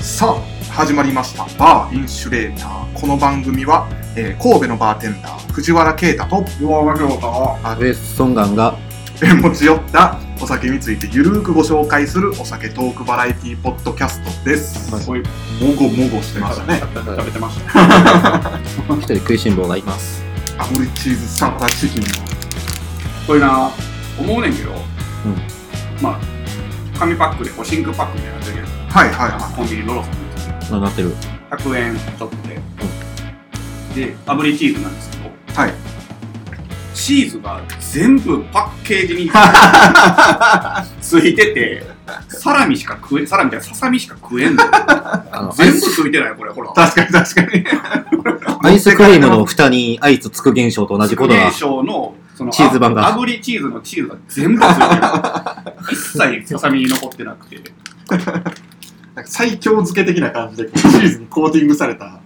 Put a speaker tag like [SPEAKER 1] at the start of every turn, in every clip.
[SPEAKER 1] さあ始まりました「バーインシュレーター」この番組は、えー神戸のバーテンダー藤原啓太と
[SPEAKER 2] 動画業と
[SPEAKER 3] ウエストンガンが
[SPEAKER 1] えー持ち寄ったお酒についてゆるーくご紹介するお酒トークバラエティポッドキャストです、
[SPEAKER 3] はい
[SPEAKER 2] こういう
[SPEAKER 1] もごもごしてましたね
[SPEAKER 2] 食べてましたね。
[SPEAKER 3] 一人食いしん坊がいます。
[SPEAKER 1] アモリチーズサンタチキンの
[SPEAKER 2] これな、思うねんけど、
[SPEAKER 3] ん
[SPEAKER 2] まあ、紙パックで、こうシンクパックみたいなやつやる
[SPEAKER 1] はいはい
[SPEAKER 2] やん
[SPEAKER 1] は
[SPEAKER 2] コンビニローソン
[SPEAKER 3] ななってる。
[SPEAKER 2] で100円ちょっとで、で、炙りチーズなんですけど、
[SPEAKER 1] いはい
[SPEAKER 2] チーズが全部パッケージについてて、サラミしか食え、サラミじゃないささみしか食えんのよ。
[SPEAKER 3] あの、アイ
[SPEAKER 2] 全部
[SPEAKER 3] ス
[SPEAKER 2] ついてないよ、これ、 ほら。
[SPEAKER 1] 確かに確かに
[SPEAKER 3] アイスクリームの蓋にアイスつく現象と同じことが
[SPEAKER 2] 現。象の、その、
[SPEAKER 3] チーズ版が
[SPEAKER 2] 炙りチーズのチーズが全部ついてる。一切ささみに残ってなくて。
[SPEAKER 1] なんか最強漬け的な感じでチーズにコーティングされ た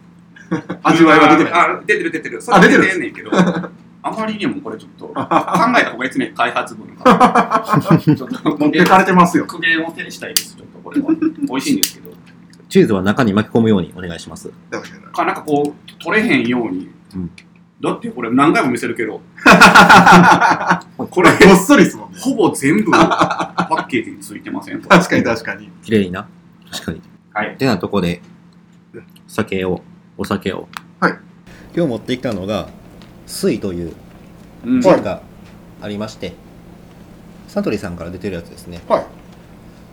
[SPEAKER 1] 味わいは出てない
[SPEAKER 2] あ、出てる出てる。そ
[SPEAKER 1] あ
[SPEAKER 2] れ
[SPEAKER 1] 出て
[SPEAKER 2] 出
[SPEAKER 1] る
[SPEAKER 2] てんねんけ ど、あまりにもこれちょっと、考えた方がいいですね、開発分が。 ちょっと
[SPEAKER 1] 持ってかれてます よ
[SPEAKER 2] 苦言を呈したいです、ちょっとこれは。美味しいんですけど。
[SPEAKER 3] チーズは中に巻き込むようにお願いします。
[SPEAKER 1] 確かに
[SPEAKER 2] かなんかこう、取れへんように。
[SPEAKER 3] うん
[SPEAKER 2] だってこれ何回も見せるけど、
[SPEAKER 1] こ
[SPEAKER 2] これ
[SPEAKER 1] れ、ごっそりですもんね
[SPEAKER 2] ほぼ全部パッケージについてませんこれ
[SPEAKER 1] 確かに確かに
[SPEAKER 3] 綺麗な。確かに。
[SPEAKER 2] はい。
[SPEAKER 3] てなとこで、酒を、お酒を。
[SPEAKER 1] はい。
[SPEAKER 3] 今日持ってきたのが、水という
[SPEAKER 2] うん
[SPEAKER 3] ジンがありまして、サントリーさんから出てるやつですね。
[SPEAKER 1] はい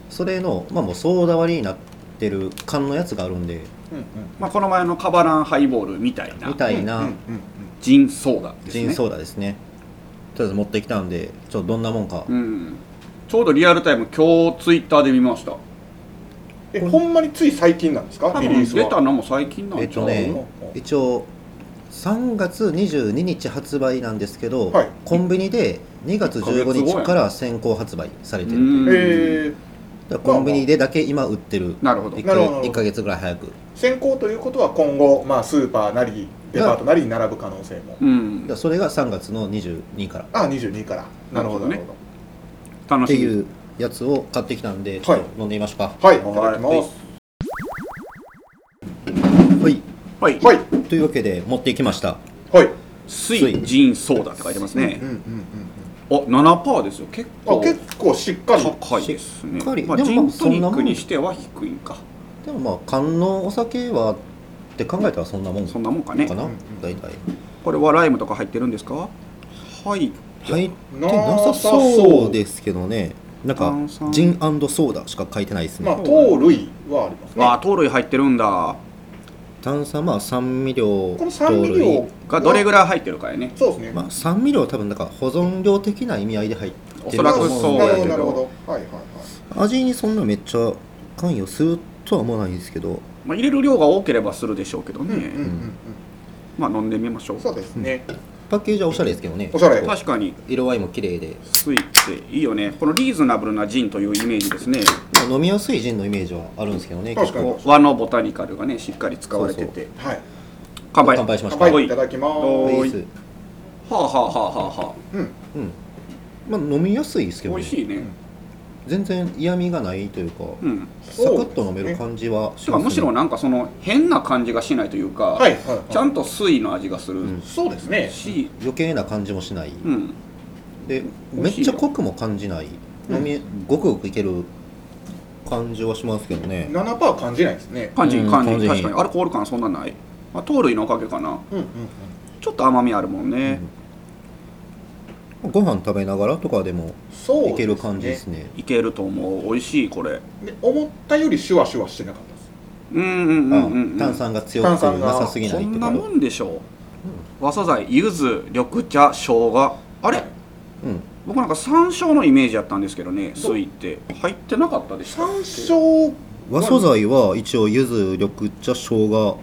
[SPEAKER 3] それの、まあもうソーダ割りになってる缶のやつがあるんで、
[SPEAKER 2] まあ、この前のカバランハイボールみたいな
[SPEAKER 3] みたいな、
[SPEAKER 2] ジンソーダですね
[SPEAKER 3] ジンソーダですね。とりあえず持ってきたんで、ちょっとどんなもんか。
[SPEAKER 2] うんちょうどリアルタイム今日ツイッターで見ました
[SPEAKER 4] えほんまについ最近なんですか
[SPEAKER 2] 多
[SPEAKER 4] リリ
[SPEAKER 2] 分
[SPEAKER 4] ース
[SPEAKER 2] 出
[SPEAKER 4] は
[SPEAKER 2] たのも最近なん
[SPEAKER 3] えっ
[SPEAKER 2] ちゃ
[SPEAKER 3] と
[SPEAKER 2] う、
[SPEAKER 3] ね、一応3月22日発売なんですけど、
[SPEAKER 4] はい
[SPEAKER 3] コンビニで2月15
[SPEAKER 2] 一ヶ月後
[SPEAKER 3] 日
[SPEAKER 2] や
[SPEAKER 3] から先行発売されて
[SPEAKER 2] う
[SPEAKER 3] る、
[SPEAKER 2] ん
[SPEAKER 4] えー、
[SPEAKER 3] だからコンビニでだけ今売ってる
[SPEAKER 2] なるほど
[SPEAKER 3] 1
[SPEAKER 4] なるほど
[SPEAKER 3] か一ヶ月ぐらい早く
[SPEAKER 4] 先行ということは今後、まあ、スーパーなりデパートなりに並ぶ可能性も
[SPEAKER 2] うん
[SPEAKER 3] だからそれが3月の22から
[SPEAKER 4] あ22からなるほど
[SPEAKER 2] な
[SPEAKER 4] な
[SPEAKER 2] る
[SPEAKER 4] るほど、
[SPEAKER 2] ほ楽
[SPEAKER 3] って
[SPEAKER 2] しみ
[SPEAKER 3] いうやつを買ってきたんでちょっと飲んでみましょうか
[SPEAKER 4] はいいただきます
[SPEAKER 3] はい
[SPEAKER 2] はい
[SPEAKER 4] はい
[SPEAKER 3] というわけで持ってきました
[SPEAKER 4] はい、
[SPEAKER 2] 水ジンソーダって書いてますね
[SPEAKER 4] うんうんうん
[SPEAKER 2] あ7%ですよ結
[SPEAKER 4] うん、
[SPEAKER 2] 構
[SPEAKER 4] あ結構しっかり
[SPEAKER 2] 高いですね
[SPEAKER 3] しっかり
[SPEAKER 2] まあ、
[SPEAKER 3] でも
[SPEAKER 2] ジ
[SPEAKER 3] まあ
[SPEAKER 2] ントニ
[SPEAKER 3] そんな
[SPEAKER 2] ッ
[SPEAKER 3] も
[SPEAKER 2] ク
[SPEAKER 3] ん
[SPEAKER 2] にしては低いんか
[SPEAKER 3] でもまあ缶のお酒はって考えたらそんなもん
[SPEAKER 2] そ
[SPEAKER 3] か
[SPEAKER 2] んなもんかね
[SPEAKER 3] な、
[SPEAKER 4] うんうん
[SPEAKER 3] 大体
[SPEAKER 2] これはライムとか入ってるんですかはい
[SPEAKER 3] 入ってなさそうですけどねなんか
[SPEAKER 2] 炭酸
[SPEAKER 3] ジンソーダしか書いてないですね、
[SPEAKER 4] まあ糖類はありますね
[SPEAKER 2] わあ糖類入ってるんだ
[SPEAKER 3] 炭酸まあ酸味料
[SPEAKER 4] この酸味
[SPEAKER 3] 糖
[SPEAKER 4] 料
[SPEAKER 2] がどれぐらい入ってるかやね
[SPEAKER 4] そうですね、
[SPEAKER 3] まあ、酸味料は多分なんか保存料的な意味合いで入って
[SPEAKER 2] お
[SPEAKER 3] る
[SPEAKER 2] そらくそう
[SPEAKER 4] な
[SPEAKER 2] や
[SPEAKER 4] るほど
[SPEAKER 2] け
[SPEAKER 4] なる
[SPEAKER 2] ど
[SPEAKER 4] ほどはいはいはい
[SPEAKER 3] 味にそんなめっちゃ関与するとは思わないんですけど
[SPEAKER 2] まあ、入れる量が多ければするでしょうけど
[SPEAKER 4] うん
[SPEAKER 2] ね、
[SPEAKER 4] うんうん
[SPEAKER 2] まあ飲んでみましょ
[SPEAKER 4] う
[SPEAKER 2] うん
[SPEAKER 4] そうですね、
[SPEAKER 3] パッケージはおしゃれですけどね
[SPEAKER 4] おしゃれ
[SPEAKER 3] こう
[SPEAKER 2] 確かに
[SPEAKER 3] 色合いも綺麗で
[SPEAKER 2] 水っていいよねこのリーズナブルなジンというイメージですね
[SPEAKER 3] まあ飲みやすいジンのイメージはあるんですけどね
[SPEAKER 4] 確かに
[SPEAKER 2] こ
[SPEAKER 3] 結構
[SPEAKER 2] う和のボタニカルがねしっかり使われてて
[SPEAKER 4] はい
[SPEAKER 2] 乾杯
[SPEAKER 3] 乾杯しまし
[SPEAKER 4] 乾
[SPEAKER 3] た
[SPEAKER 2] は
[SPEAKER 4] 杯
[SPEAKER 2] い
[SPEAKER 4] いただきます
[SPEAKER 2] どう
[SPEAKER 3] ウ
[SPEAKER 2] ぞ
[SPEAKER 3] イス
[SPEAKER 2] はあはあはあはあはあ
[SPEAKER 4] うん
[SPEAKER 3] うんまあ飲みやすいですけ
[SPEAKER 2] 美
[SPEAKER 3] ど、
[SPEAKER 2] 味し
[SPEAKER 3] ね、
[SPEAKER 2] いね
[SPEAKER 3] 全然嫌味がないというか、
[SPEAKER 2] うん
[SPEAKER 3] サクッと飲める感じは
[SPEAKER 2] て
[SPEAKER 3] し
[SPEAKER 2] か
[SPEAKER 3] ますね
[SPEAKER 2] むしろなんかその変な感じがしないというか、
[SPEAKER 4] はいはい、はい、
[SPEAKER 2] ちゃんと水の味がす
[SPEAKER 3] う
[SPEAKER 2] る
[SPEAKER 3] ん
[SPEAKER 4] そうですね
[SPEAKER 2] し、
[SPEAKER 3] 余計な感じもしない、
[SPEAKER 2] うん、
[SPEAKER 3] で
[SPEAKER 2] 美
[SPEAKER 3] め
[SPEAKER 2] 味し
[SPEAKER 3] っ
[SPEAKER 2] いよ
[SPEAKER 3] ちゃ濃くも感じない飲み、ごくごくいける感じはしますけどね
[SPEAKER 4] 7%感じないですね
[SPEAKER 2] 感じ
[SPEAKER 3] うん
[SPEAKER 2] 感
[SPEAKER 3] 感
[SPEAKER 2] じ
[SPEAKER 3] じ
[SPEAKER 2] 確かにアルコール感そんなない、まあ、糖類のおかげかな
[SPEAKER 4] うんうん
[SPEAKER 2] ちょっと甘みあるもんね、
[SPEAKER 3] ご飯食べながらとかでも
[SPEAKER 4] そう
[SPEAKER 3] いける感じですね
[SPEAKER 2] いけると思う美味しいこれ
[SPEAKER 4] で思ったよりシュワシュワしてなかったです
[SPEAKER 2] うんうんうんうん、うん、
[SPEAKER 3] あ炭酸が強くな
[SPEAKER 4] 炭酸が
[SPEAKER 3] さすぎな
[SPEAKER 2] こ
[SPEAKER 3] いって
[SPEAKER 2] ん
[SPEAKER 3] こ
[SPEAKER 2] なも
[SPEAKER 3] と
[SPEAKER 2] んでしょう和素材柚子緑茶生姜あれ
[SPEAKER 3] うん
[SPEAKER 2] 僕なんか山椒のイメージやったんですけどね水って入ってなかったでしたっ
[SPEAKER 4] 山
[SPEAKER 2] け
[SPEAKER 4] 椒
[SPEAKER 3] 和素材は一応柚子緑茶生姜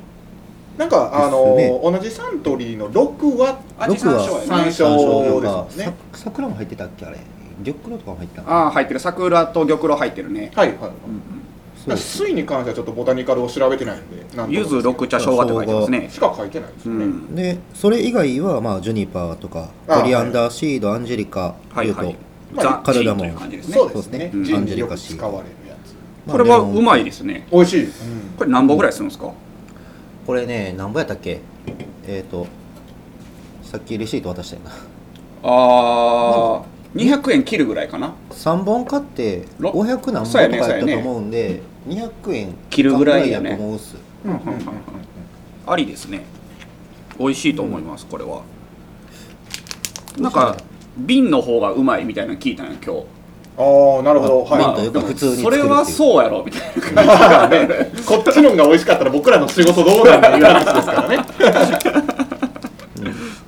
[SPEAKER 4] なんかあの、
[SPEAKER 3] ですよ
[SPEAKER 4] 同じサントリーの6は
[SPEAKER 2] 味
[SPEAKER 3] 僕は
[SPEAKER 2] 山椒や
[SPEAKER 4] 山椒
[SPEAKER 2] ね
[SPEAKER 3] 山椒
[SPEAKER 4] ですもんね
[SPEAKER 3] さ桜も入ってたっけあれ緑黒とかも入ってた
[SPEAKER 2] ああ入ってる桜と玉露入ってるね
[SPEAKER 4] はいはい
[SPEAKER 3] そ
[SPEAKER 4] だ
[SPEAKER 3] う
[SPEAKER 4] から水に関してはちょっとボタニカルを調べてないんでなんとも
[SPEAKER 2] 柚子緑茶生姜って書いてますね
[SPEAKER 4] しか書いてないです
[SPEAKER 2] う
[SPEAKER 4] ね、
[SPEAKER 2] ん
[SPEAKER 3] でそれ以外はまあジュニパーとか
[SPEAKER 4] あ
[SPEAKER 3] コリアンダーシードアンジェリカ
[SPEAKER 2] はいはい
[SPEAKER 3] ルト
[SPEAKER 2] ザ・
[SPEAKER 3] カル
[SPEAKER 2] チ
[SPEAKER 3] ダ
[SPEAKER 2] ン
[SPEAKER 3] モ
[SPEAKER 2] と
[SPEAKER 3] ン
[SPEAKER 2] いう感じですね
[SPEAKER 4] そうですね
[SPEAKER 3] そうですね
[SPEAKER 4] ジ
[SPEAKER 3] うん
[SPEAKER 4] ンによく使われるやつ、
[SPEAKER 3] ままあ
[SPEAKER 2] これは
[SPEAKER 3] でも
[SPEAKER 2] うまいですね。
[SPEAKER 4] 美味しい、
[SPEAKER 2] これ何本ぐらいするんですか
[SPEAKER 3] これねなんぼやったっけえっ、とさっきレシート渡したよな
[SPEAKER 2] あー、200円切るぐらいかな。
[SPEAKER 3] 3本買って
[SPEAKER 2] ろ
[SPEAKER 3] 500何本と
[SPEAKER 2] そう
[SPEAKER 3] か
[SPEAKER 2] や
[SPEAKER 3] やっ
[SPEAKER 2] ね
[SPEAKER 3] た
[SPEAKER 2] そう
[SPEAKER 3] と
[SPEAKER 2] やね
[SPEAKER 3] 思うんで、200円
[SPEAKER 2] 切るぐらいや
[SPEAKER 3] や
[SPEAKER 2] ね
[SPEAKER 3] と思うっす
[SPEAKER 4] うんうん
[SPEAKER 2] ありですね。美味しいと思います、これは。なんか、瓶の方がうまいみたいなの聞いたんや、今日。
[SPEAKER 4] うん、ああなるほど、
[SPEAKER 3] まあ
[SPEAKER 4] はい、
[SPEAKER 3] まあよく
[SPEAKER 2] でも
[SPEAKER 3] 普通に
[SPEAKER 2] そ
[SPEAKER 3] 作るって
[SPEAKER 2] れ
[SPEAKER 3] いう
[SPEAKER 2] はそうやろ、みたいな。
[SPEAKER 4] こっちのが美味しかったら僕らの仕事どうなんだいう話ですからね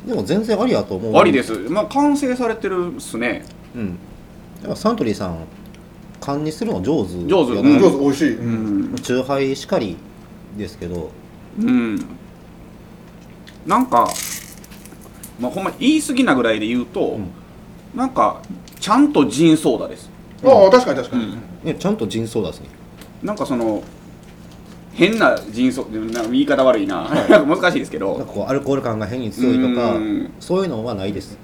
[SPEAKER 3] でも全然ありやと 思う、
[SPEAKER 2] ありですす。まあ、完成されてるっすね。
[SPEAKER 3] うん、だからサントリーさん勘にするの上手
[SPEAKER 2] 上手
[SPEAKER 3] やな
[SPEAKER 2] うん
[SPEAKER 4] 上手美味しい、
[SPEAKER 2] う
[SPEAKER 4] うん
[SPEAKER 2] ん。
[SPEAKER 3] チューハイしかりですけど
[SPEAKER 2] うん。なんか、まあ、ほんま言い過ぎなぐらいで言うと、
[SPEAKER 3] ん
[SPEAKER 2] なんか、ちゃんとジンソーダです。
[SPEAKER 4] ああ確かに確かに、
[SPEAKER 2] うん
[SPEAKER 3] ねちゃんと人相だすね
[SPEAKER 2] なんかその、変な人相、なんか言い方悪いな。 なんか難しいですけ
[SPEAKER 3] なん
[SPEAKER 2] ど。
[SPEAKER 3] かこうアルコール感が変に強いとか
[SPEAKER 2] うん
[SPEAKER 3] そういうのはないです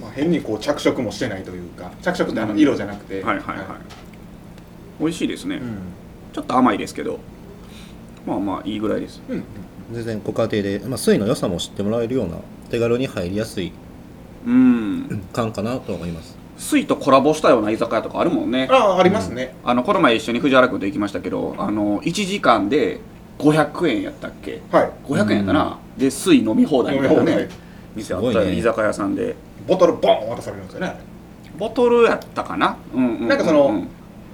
[SPEAKER 4] まあ、変にこう着色もしてないというか着色ってあ
[SPEAKER 2] う
[SPEAKER 4] の
[SPEAKER 2] ん
[SPEAKER 4] 色じゃなくて、
[SPEAKER 2] はいはいはい。美味しいですね、
[SPEAKER 4] うん
[SPEAKER 2] ちょっと甘いですけど、まあまあいいぐらいです。
[SPEAKER 4] うん
[SPEAKER 3] 全然ご家庭で、まあ、水の良さも知ってもらえるような手軽に入りやすい
[SPEAKER 2] うん。
[SPEAKER 3] 缶かなと思います
[SPEAKER 2] 水とコラボしたような居酒屋とかあるもんね。
[SPEAKER 4] ああありますね、
[SPEAKER 2] あの、この前一緒に藤原君と行きましたけど、あの、1時間で500円やったっけ
[SPEAKER 4] はい
[SPEAKER 2] 500円やったな、で水飲み放題みたいな
[SPEAKER 4] 飲み放題
[SPEAKER 2] ね店あったよ、
[SPEAKER 3] すごいね
[SPEAKER 2] 居酒屋さんで
[SPEAKER 4] ボトルボーン渡されるんですよねあれ
[SPEAKER 2] ボトルやったかな、うんうう
[SPEAKER 4] なんかその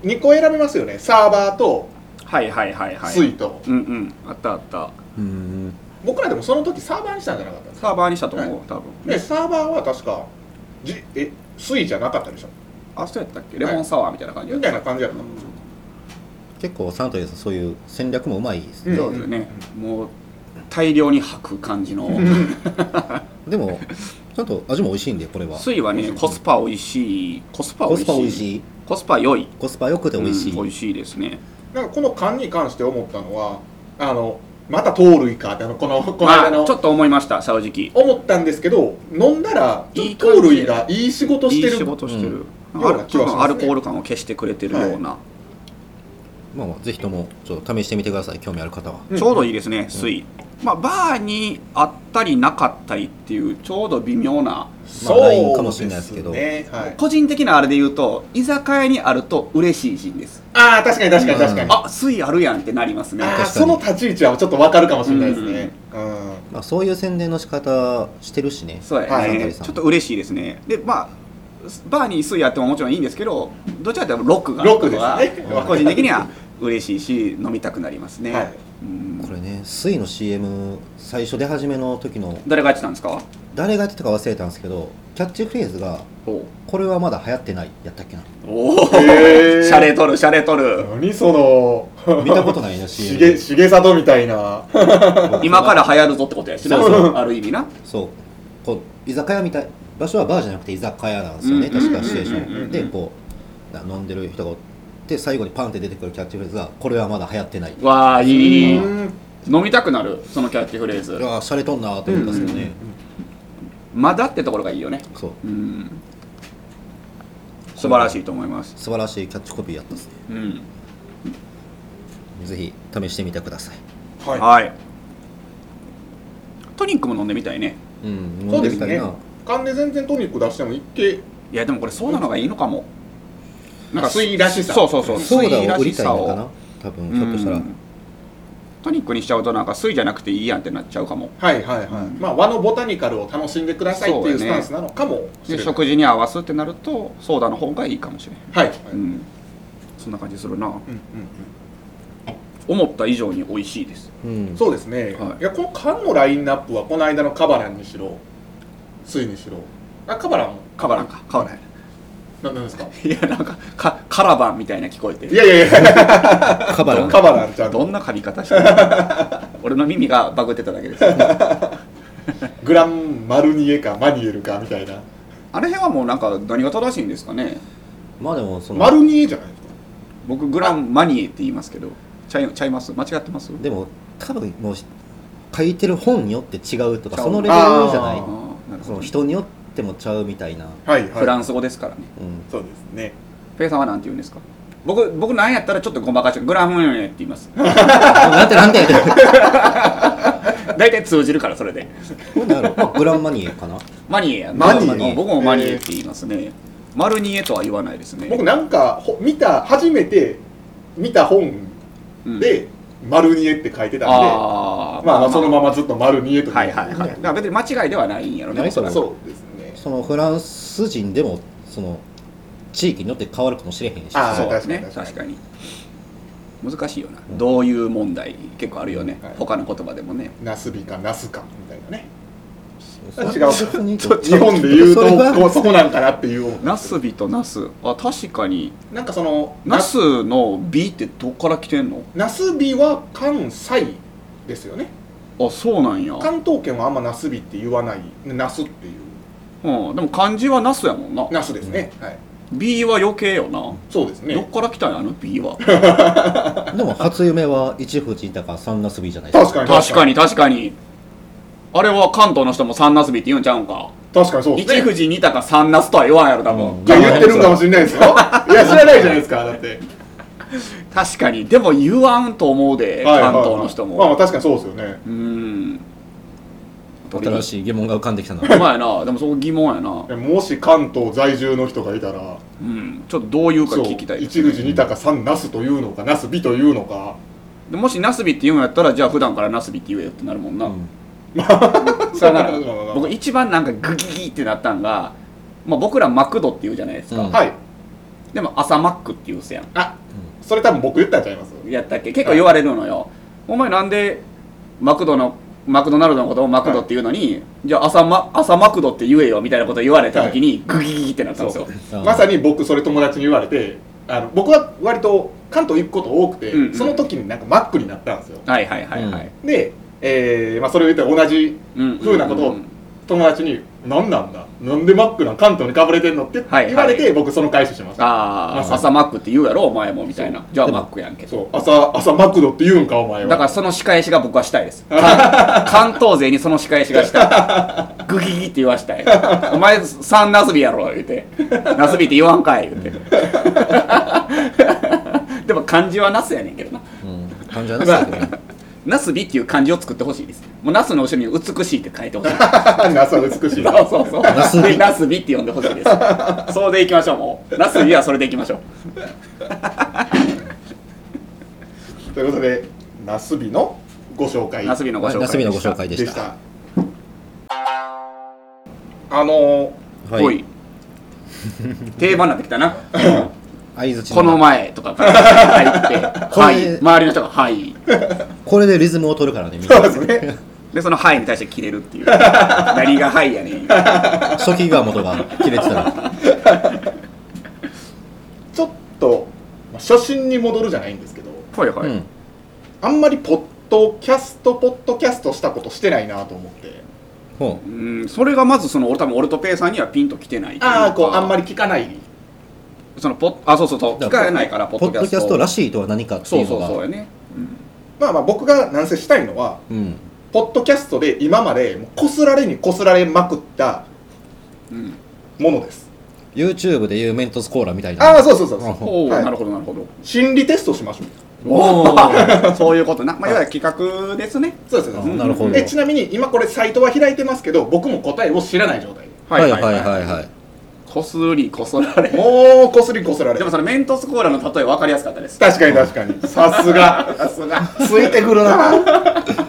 [SPEAKER 2] うん
[SPEAKER 4] 2個選べますよねサーバーと
[SPEAKER 2] はいはいはいはい
[SPEAKER 4] 水と、
[SPEAKER 2] うんうんあったあった
[SPEAKER 3] うん
[SPEAKER 4] 僕らでもその時サーバーにしたんじゃなかったんですか
[SPEAKER 2] サーバーにしたと思う、
[SPEAKER 4] は
[SPEAKER 2] 多分
[SPEAKER 4] ねサーバーは確かじえ水じゃなかったでしょ
[SPEAKER 2] あそうやったっけレモンサワーみたいな感じや
[SPEAKER 4] み
[SPEAKER 2] った、
[SPEAKER 4] たいな感じやった、
[SPEAKER 3] 結構サントリーさんそういう戦略もうまいです
[SPEAKER 2] う
[SPEAKER 3] ね、
[SPEAKER 2] んそうですね、もう大量に吐く感じの、
[SPEAKER 3] でもちゃんと味も美味しいんでこれは
[SPEAKER 2] 水はねコスパ美味しいコスパ美
[SPEAKER 3] コ
[SPEAKER 2] 味し
[SPEAKER 3] ス
[SPEAKER 2] い
[SPEAKER 3] パ美味しい
[SPEAKER 2] コスパ良い
[SPEAKER 3] コスパ良くて美味しい、
[SPEAKER 2] うん美味しいですね
[SPEAKER 4] なんかこの缶に関して思ったのはあのまた盗塁かってあのこのこの間
[SPEAKER 2] ま
[SPEAKER 4] の
[SPEAKER 2] あちょっと思いました正直
[SPEAKER 4] 思ったんですけど飲んだらちょ
[SPEAKER 2] いい
[SPEAKER 4] っ
[SPEAKER 2] 感
[SPEAKER 4] と
[SPEAKER 2] じ
[SPEAKER 4] 盗塁がいい仕事してる
[SPEAKER 2] いい仕事してる、
[SPEAKER 4] うん
[SPEAKER 2] なん
[SPEAKER 4] よう
[SPEAKER 2] か
[SPEAKER 4] な気はしますね
[SPEAKER 2] アルコール感を消してくれてるような、
[SPEAKER 3] まあまあ、ぜひともちょっと試してみてください興味ある方は
[SPEAKER 4] うん
[SPEAKER 2] ちょうどいいですね、水。まあ、バーにあったりなかったりっていう、ちょうど微妙な、
[SPEAKER 4] そう
[SPEAKER 3] ラインかもしれないですけど
[SPEAKER 4] ねはい、
[SPEAKER 2] 個人的なあれで言うと、居酒屋にあると嬉しいシーンです。
[SPEAKER 4] ああ確かに確かに確かに、
[SPEAKER 3] うん
[SPEAKER 4] あ
[SPEAKER 2] あ、水あるやんってなりますね。
[SPEAKER 4] あー
[SPEAKER 3] かに
[SPEAKER 4] その立ち位置はちょっとわかるかもしれないですねうん、
[SPEAKER 3] まあ、そういう宣伝の仕方してるしね
[SPEAKER 2] そうやね、
[SPEAKER 4] はい
[SPEAKER 2] ちょっと嬉しいですね。で、まあ、バーに水あってももちろんいいんですけど、どちらかというとロックがある
[SPEAKER 4] ロック
[SPEAKER 2] ことが
[SPEAKER 4] ですね
[SPEAKER 2] 個人的には嬉しいし、飲みたくなりますね。
[SPEAKER 4] はい
[SPEAKER 2] うん
[SPEAKER 3] これね水の CM 最初出始めの時の
[SPEAKER 2] 誰がやってたんですか
[SPEAKER 3] 誰がやってたか忘れたんですけどキャッチフレーズが
[SPEAKER 2] おう
[SPEAKER 3] 「これはまだ流行ってない」やったっけな
[SPEAKER 2] おう、
[SPEAKER 4] へー
[SPEAKER 2] シャレとる、シャレとる。
[SPEAKER 4] 何その
[SPEAKER 3] 見たことないな
[SPEAKER 4] しげ
[SPEAKER 3] CM
[SPEAKER 4] しげさとみたいな
[SPEAKER 2] 今から流行るぞってことやしな、
[SPEAKER 3] そうそう
[SPEAKER 2] ある意味な。
[SPEAKER 3] そうこう居酒屋みたい場所はバーじゃなくて居酒屋なんですよね、
[SPEAKER 2] うん
[SPEAKER 3] 確かシチュエー
[SPEAKER 2] う
[SPEAKER 3] シ
[SPEAKER 2] んうんうんう
[SPEAKER 3] ョ
[SPEAKER 2] ん
[SPEAKER 3] ンでこうな飲んでる人がおって最後にパンって出てくるキャッチフレーズが「これはまだ流行ってない」
[SPEAKER 2] わあ、いい。
[SPEAKER 4] うん
[SPEAKER 2] 飲みたくなる、そのキャッチフレーズ。
[SPEAKER 3] ああしゃれとんなーと思ったんですけどね、
[SPEAKER 2] まだってところがいいよね。
[SPEAKER 3] そう
[SPEAKER 2] うん。素晴らしいと思います。
[SPEAKER 3] 素晴らしいキャッチコピーやったっすね
[SPEAKER 2] うん。
[SPEAKER 3] ぜひ試してみてください
[SPEAKER 4] はい
[SPEAKER 2] はい。トニックも飲んでみたいね。
[SPEAKER 3] うん
[SPEAKER 4] そ
[SPEAKER 3] 飲ん
[SPEAKER 4] う
[SPEAKER 3] で
[SPEAKER 4] で
[SPEAKER 3] み
[SPEAKER 4] す
[SPEAKER 3] たい
[SPEAKER 4] ね
[SPEAKER 3] な。
[SPEAKER 4] 缶で全然トニック出してもいけ、
[SPEAKER 2] いや、でもこれそうなのがいいのかも。なんか
[SPEAKER 4] スイらしさ
[SPEAKER 2] そうそうそう。
[SPEAKER 3] ソー
[SPEAKER 2] スイ
[SPEAKER 3] ダを
[SPEAKER 2] ら
[SPEAKER 3] 売り
[SPEAKER 2] した
[SPEAKER 3] い
[SPEAKER 2] さ
[SPEAKER 3] の
[SPEAKER 2] を
[SPEAKER 3] かな多分ひょっとしたら、
[SPEAKER 2] うんトニックにしちゃうとなんか水じゃなくていいやんってなっちゃうかも。
[SPEAKER 4] はいはいはい、
[SPEAKER 2] うん
[SPEAKER 4] まあ和のボタニカルを楽しんでくださいっていうスタンスなのかもしれ
[SPEAKER 2] で、
[SPEAKER 4] ない、
[SPEAKER 2] 食事に合わすってなると、ソーダの方がいいかもしれん。
[SPEAKER 4] はい、はい
[SPEAKER 2] うん。そんな感じするな。
[SPEAKER 4] うんうん
[SPEAKER 2] 思った以上に美味しいです。
[SPEAKER 3] うん
[SPEAKER 4] うんそうですね、
[SPEAKER 2] はい
[SPEAKER 4] い、やこの缶のラインナップはこの間のカバランにしろついにしろあカバラン
[SPEAKER 2] カバランか、カバラン。
[SPEAKER 4] ななんですか
[SPEAKER 2] いや、なんか、か、カラバンみたいな聞こえて。
[SPEAKER 4] いやいやいや
[SPEAKER 3] カバラ ン
[SPEAKER 4] カバランちゃん
[SPEAKER 2] ど
[SPEAKER 4] と
[SPEAKER 2] んな噛み方してるの 俺の耳がバグってただけです。あ
[SPEAKER 4] グランマルニエかマニエルかみたいな
[SPEAKER 2] の辺はもうなんか何が正しいんですかね。
[SPEAKER 3] まあでもその
[SPEAKER 4] マルニエじゃないですか
[SPEAKER 2] 僕、グランマニエって言いますけど、ちゃいちゃいます間違ってます
[SPEAKER 3] でも多分もう書いてる本によって違うとか
[SPEAKER 2] ちゃう
[SPEAKER 3] そのレベルじゃ
[SPEAKER 2] あ
[SPEAKER 3] な
[SPEAKER 2] あ
[SPEAKER 3] い
[SPEAKER 2] ー、なる
[SPEAKER 3] そ
[SPEAKER 2] ほど
[SPEAKER 3] の。人によってもちゃうみたいな、
[SPEAKER 4] はいはい
[SPEAKER 2] フランス語ですからね。
[SPEAKER 3] うん、
[SPEAKER 4] そうですね
[SPEAKER 2] ペイさんはなんて言うんですか僕、僕なんやったらちょっとごまかして、グラムンって言います。
[SPEAKER 3] なんて なんて。
[SPEAKER 2] 大体通じるから、それで。
[SPEAKER 3] これなんやろまあグランマニエかな。
[SPEAKER 2] マニエやん
[SPEAKER 4] マニエ
[SPEAKER 2] うん僕もマニエって言いますね。マルニエとは言わないですね。
[SPEAKER 4] 僕なんかほ見た初めて見た本
[SPEAKER 2] うん、
[SPEAKER 4] で「丸ニエ」って書いてたんで、
[SPEAKER 2] あー
[SPEAKER 4] まあ、まあそのままずっと「丸ニエ」と
[SPEAKER 2] はいはいはい。だから別に間違いではないんやろね。
[SPEAKER 3] ない
[SPEAKER 2] おそらく
[SPEAKER 4] そうですね
[SPEAKER 3] そのフランス人でもその地域によって変わるかもしれへんし。
[SPEAKER 4] あー
[SPEAKER 2] そう
[SPEAKER 4] 確かに
[SPEAKER 2] ね
[SPEAKER 4] 確
[SPEAKER 2] 確
[SPEAKER 4] か
[SPEAKER 2] かに難しいよな、どういう問題結構あるよね、
[SPEAKER 4] はい
[SPEAKER 2] 他の言葉でもね
[SPEAKER 4] ナスビかナスかみたいなね
[SPEAKER 3] そ
[SPEAKER 4] 違う
[SPEAKER 3] そに
[SPEAKER 4] ちょ日本で言う
[SPEAKER 3] それ
[SPEAKER 4] と
[SPEAKER 3] は
[SPEAKER 4] こうそこなんかなっていう
[SPEAKER 2] ナスビとナスあ確かに
[SPEAKER 4] なんかその
[SPEAKER 2] ナスのビってどっから来てんの
[SPEAKER 4] ナスビは関西ですよね
[SPEAKER 2] あそうなんや、
[SPEAKER 4] 関東圏はあんまナスビって言わないナスっていう
[SPEAKER 2] うん、でも漢字はナスやもんな
[SPEAKER 4] ナスですね、はい
[SPEAKER 2] ビは余計よな、
[SPEAKER 4] そうです
[SPEAKER 2] ど
[SPEAKER 4] ね
[SPEAKER 2] っから来たんやあのビは
[SPEAKER 3] でも初夢は一富士高三ナスビじゃない
[SPEAKER 4] 確かに
[SPEAKER 2] 確かに確かにあれは関東の人も三ナスビって言うんちゃうんか、
[SPEAKER 4] 確かにそうですね
[SPEAKER 2] 一富士二鷹三ナスとは言わんやろ多分、
[SPEAKER 3] うん
[SPEAKER 4] いや言ってるんかもしれないです よいや知らないじゃないですかだって
[SPEAKER 2] 確かにでも言わんと思うで、
[SPEAKER 4] はいはいはい
[SPEAKER 2] 関東の人も、
[SPEAKER 4] まあまあ確かにそうですよね
[SPEAKER 2] うーん。
[SPEAKER 3] 新しい疑問が浮かんできたな。
[SPEAKER 2] ほんまやな。でもそこ疑問やな。
[SPEAKER 4] もし関東在住の人がいたら
[SPEAKER 2] うん。ちょっとどういうか
[SPEAKER 4] そう
[SPEAKER 2] 聞きたいです
[SPEAKER 4] 一
[SPEAKER 2] ね、
[SPEAKER 4] 富士二鷹三ナスというのかナスビというのか
[SPEAKER 2] でもしナスビって言うんやったら、じゃあ普段からナスビって言えよってなるもんな。
[SPEAKER 3] うん
[SPEAKER 2] そ れなら
[SPEAKER 4] まあまあまあ
[SPEAKER 2] 僕一番なんかグギギってなったんが、まあ僕らマクドって言うじゃないですか。
[SPEAKER 3] うん
[SPEAKER 4] はい
[SPEAKER 2] でも朝マックって言うせやん。
[SPEAKER 4] あそれ多分僕言ったんちゃいます
[SPEAKER 2] やったっけ結構言われるのよ。お前なんでマクドの、マクドナルドのことをマクドって言うのに、じゃあ朝マ朝マクドって言えよみたいなこと言われた時に、グギギってなったんですよ。
[SPEAKER 3] あー
[SPEAKER 4] まさに僕それ友達に言われてあの僕は割と関東行くこと多くて、
[SPEAKER 2] うんうん
[SPEAKER 4] その時になんかマックになったんですよ
[SPEAKER 2] はいはいはいはい。
[SPEAKER 4] で、えーまあ、それを言って同じ
[SPEAKER 2] うんうんうんうん
[SPEAKER 4] ふうなことを友達に「何なんだなんでマックなん関東にかぶれてんの?」って
[SPEAKER 2] はいはい
[SPEAKER 4] 言われて、僕その返ししました
[SPEAKER 2] あ
[SPEAKER 4] ま
[SPEAKER 2] あ
[SPEAKER 4] さに
[SPEAKER 2] 朝マックって言うやろお前もみたいなじゃあマックやんけ
[SPEAKER 4] そう朝朝マクドって言うんかお前は
[SPEAKER 2] だからその仕返しが僕はしたいですか関東勢にその仕返しがしたいグギギって言わしたいお前三ナスビやろ言うてナスビって言わんかい言うてでも漢字はナスやねんけどな
[SPEAKER 3] うん感じはなさいけどね
[SPEAKER 2] ナスビっていう漢字を作ってほしいですもうナスの後ろに美しいって書いてほしい
[SPEAKER 4] ら朝美しい
[SPEAKER 2] そうそうそう
[SPEAKER 3] ナスビ
[SPEAKER 2] でナスビって呼んでほしいですそうでいきましょうもうナスビはそれでいきましょう
[SPEAKER 4] ということでナスビのご紹介
[SPEAKER 2] ナスビのご紹介
[SPEAKER 3] ナスビのご紹介で
[SPEAKER 4] で
[SPEAKER 3] し。
[SPEAKER 4] したたあの
[SPEAKER 3] は
[SPEAKER 2] お
[SPEAKER 3] い
[SPEAKER 2] い。定番になってきたな。
[SPEAKER 3] 相槌
[SPEAKER 2] この前とかから入って、
[SPEAKER 3] これ
[SPEAKER 2] はい。周りの人が、はい。
[SPEAKER 3] これでリズムを取るからね、みんな。
[SPEAKER 4] そうですね
[SPEAKER 2] で、その、はいに対して切れるっていう。何が、はいやねん。は
[SPEAKER 3] 初期が元が切れてたら。
[SPEAKER 4] ちょっとまあ初心に戻るじゃないんですけど
[SPEAKER 2] いは
[SPEAKER 3] う
[SPEAKER 2] い
[SPEAKER 3] ん。。
[SPEAKER 4] あんまりポッドキャストポッドキャストしたことしてないなと思って
[SPEAKER 3] ほ
[SPEAKER 2] うん、それがまず、その、俺多分、オルトペイさんにはピンときてない。
[SPEAKER 4] ああこうあんま
[SPEAKER 2] り。
[SPEAKER 4] り聞かない
[SPEAKER 2] その、ポッ、あ、そうそうそう。
[SPEAKER 3] う。
[SPEAKER 2] 聞かれないから、ポッドキャスト。
[SPEAKER 3] らしいとは何かって
[SPEAKER 2] そ
[SPEAKER 3] いうう
[SPEAKER 2] そ
[SPEAKER 3] の
[SPEAKER 2] う
[SPEAKER 3] が。
[SPEAKER 2] そうやね。うん
[SPEAKER 4] まあまあ僕がなんせしたいのは
[SPEAKER 3] うん。
[SPEAKER 4] ポッドキャストで今までもうこすられにこすられまくった
[SPEAKER 2] うん。
[SPEAKER 4] ものです
[SPEAKER 3] YouTube でいうメントスコーラみたいな。
[SPEAKER 4] ああそうそうそうそう
[SPEAKER 2] おお、
[SPEAKER 4] はい
[SPEAKER 2] なるほど、なるほど。
[SPEAKER 4] 心理テストしましょう
[SPEAKER 2] おお、 そういうことな。まあ、いわゆる企画ですね。
[SPEAKER 4] そうですそう
[SPEAKER 3] あ
[SPEAKER 4] です
[SPEAKER 3] なるほど。
[SPEAKER 4] でちなみに今これサイトは開いてますけど僕も答えを知らない状態
[SPEAKER 3] はいはいはいはい。
[SPEAKER 2] こすり、こそられ。
[SPEAKER 4] もうこすりこすられ
[SPEAKER 2] でもそのメントスコーラの例え分かりやすかっ たです。
[SPEAKER 4] 確かに確かにさすが さすがついてくるな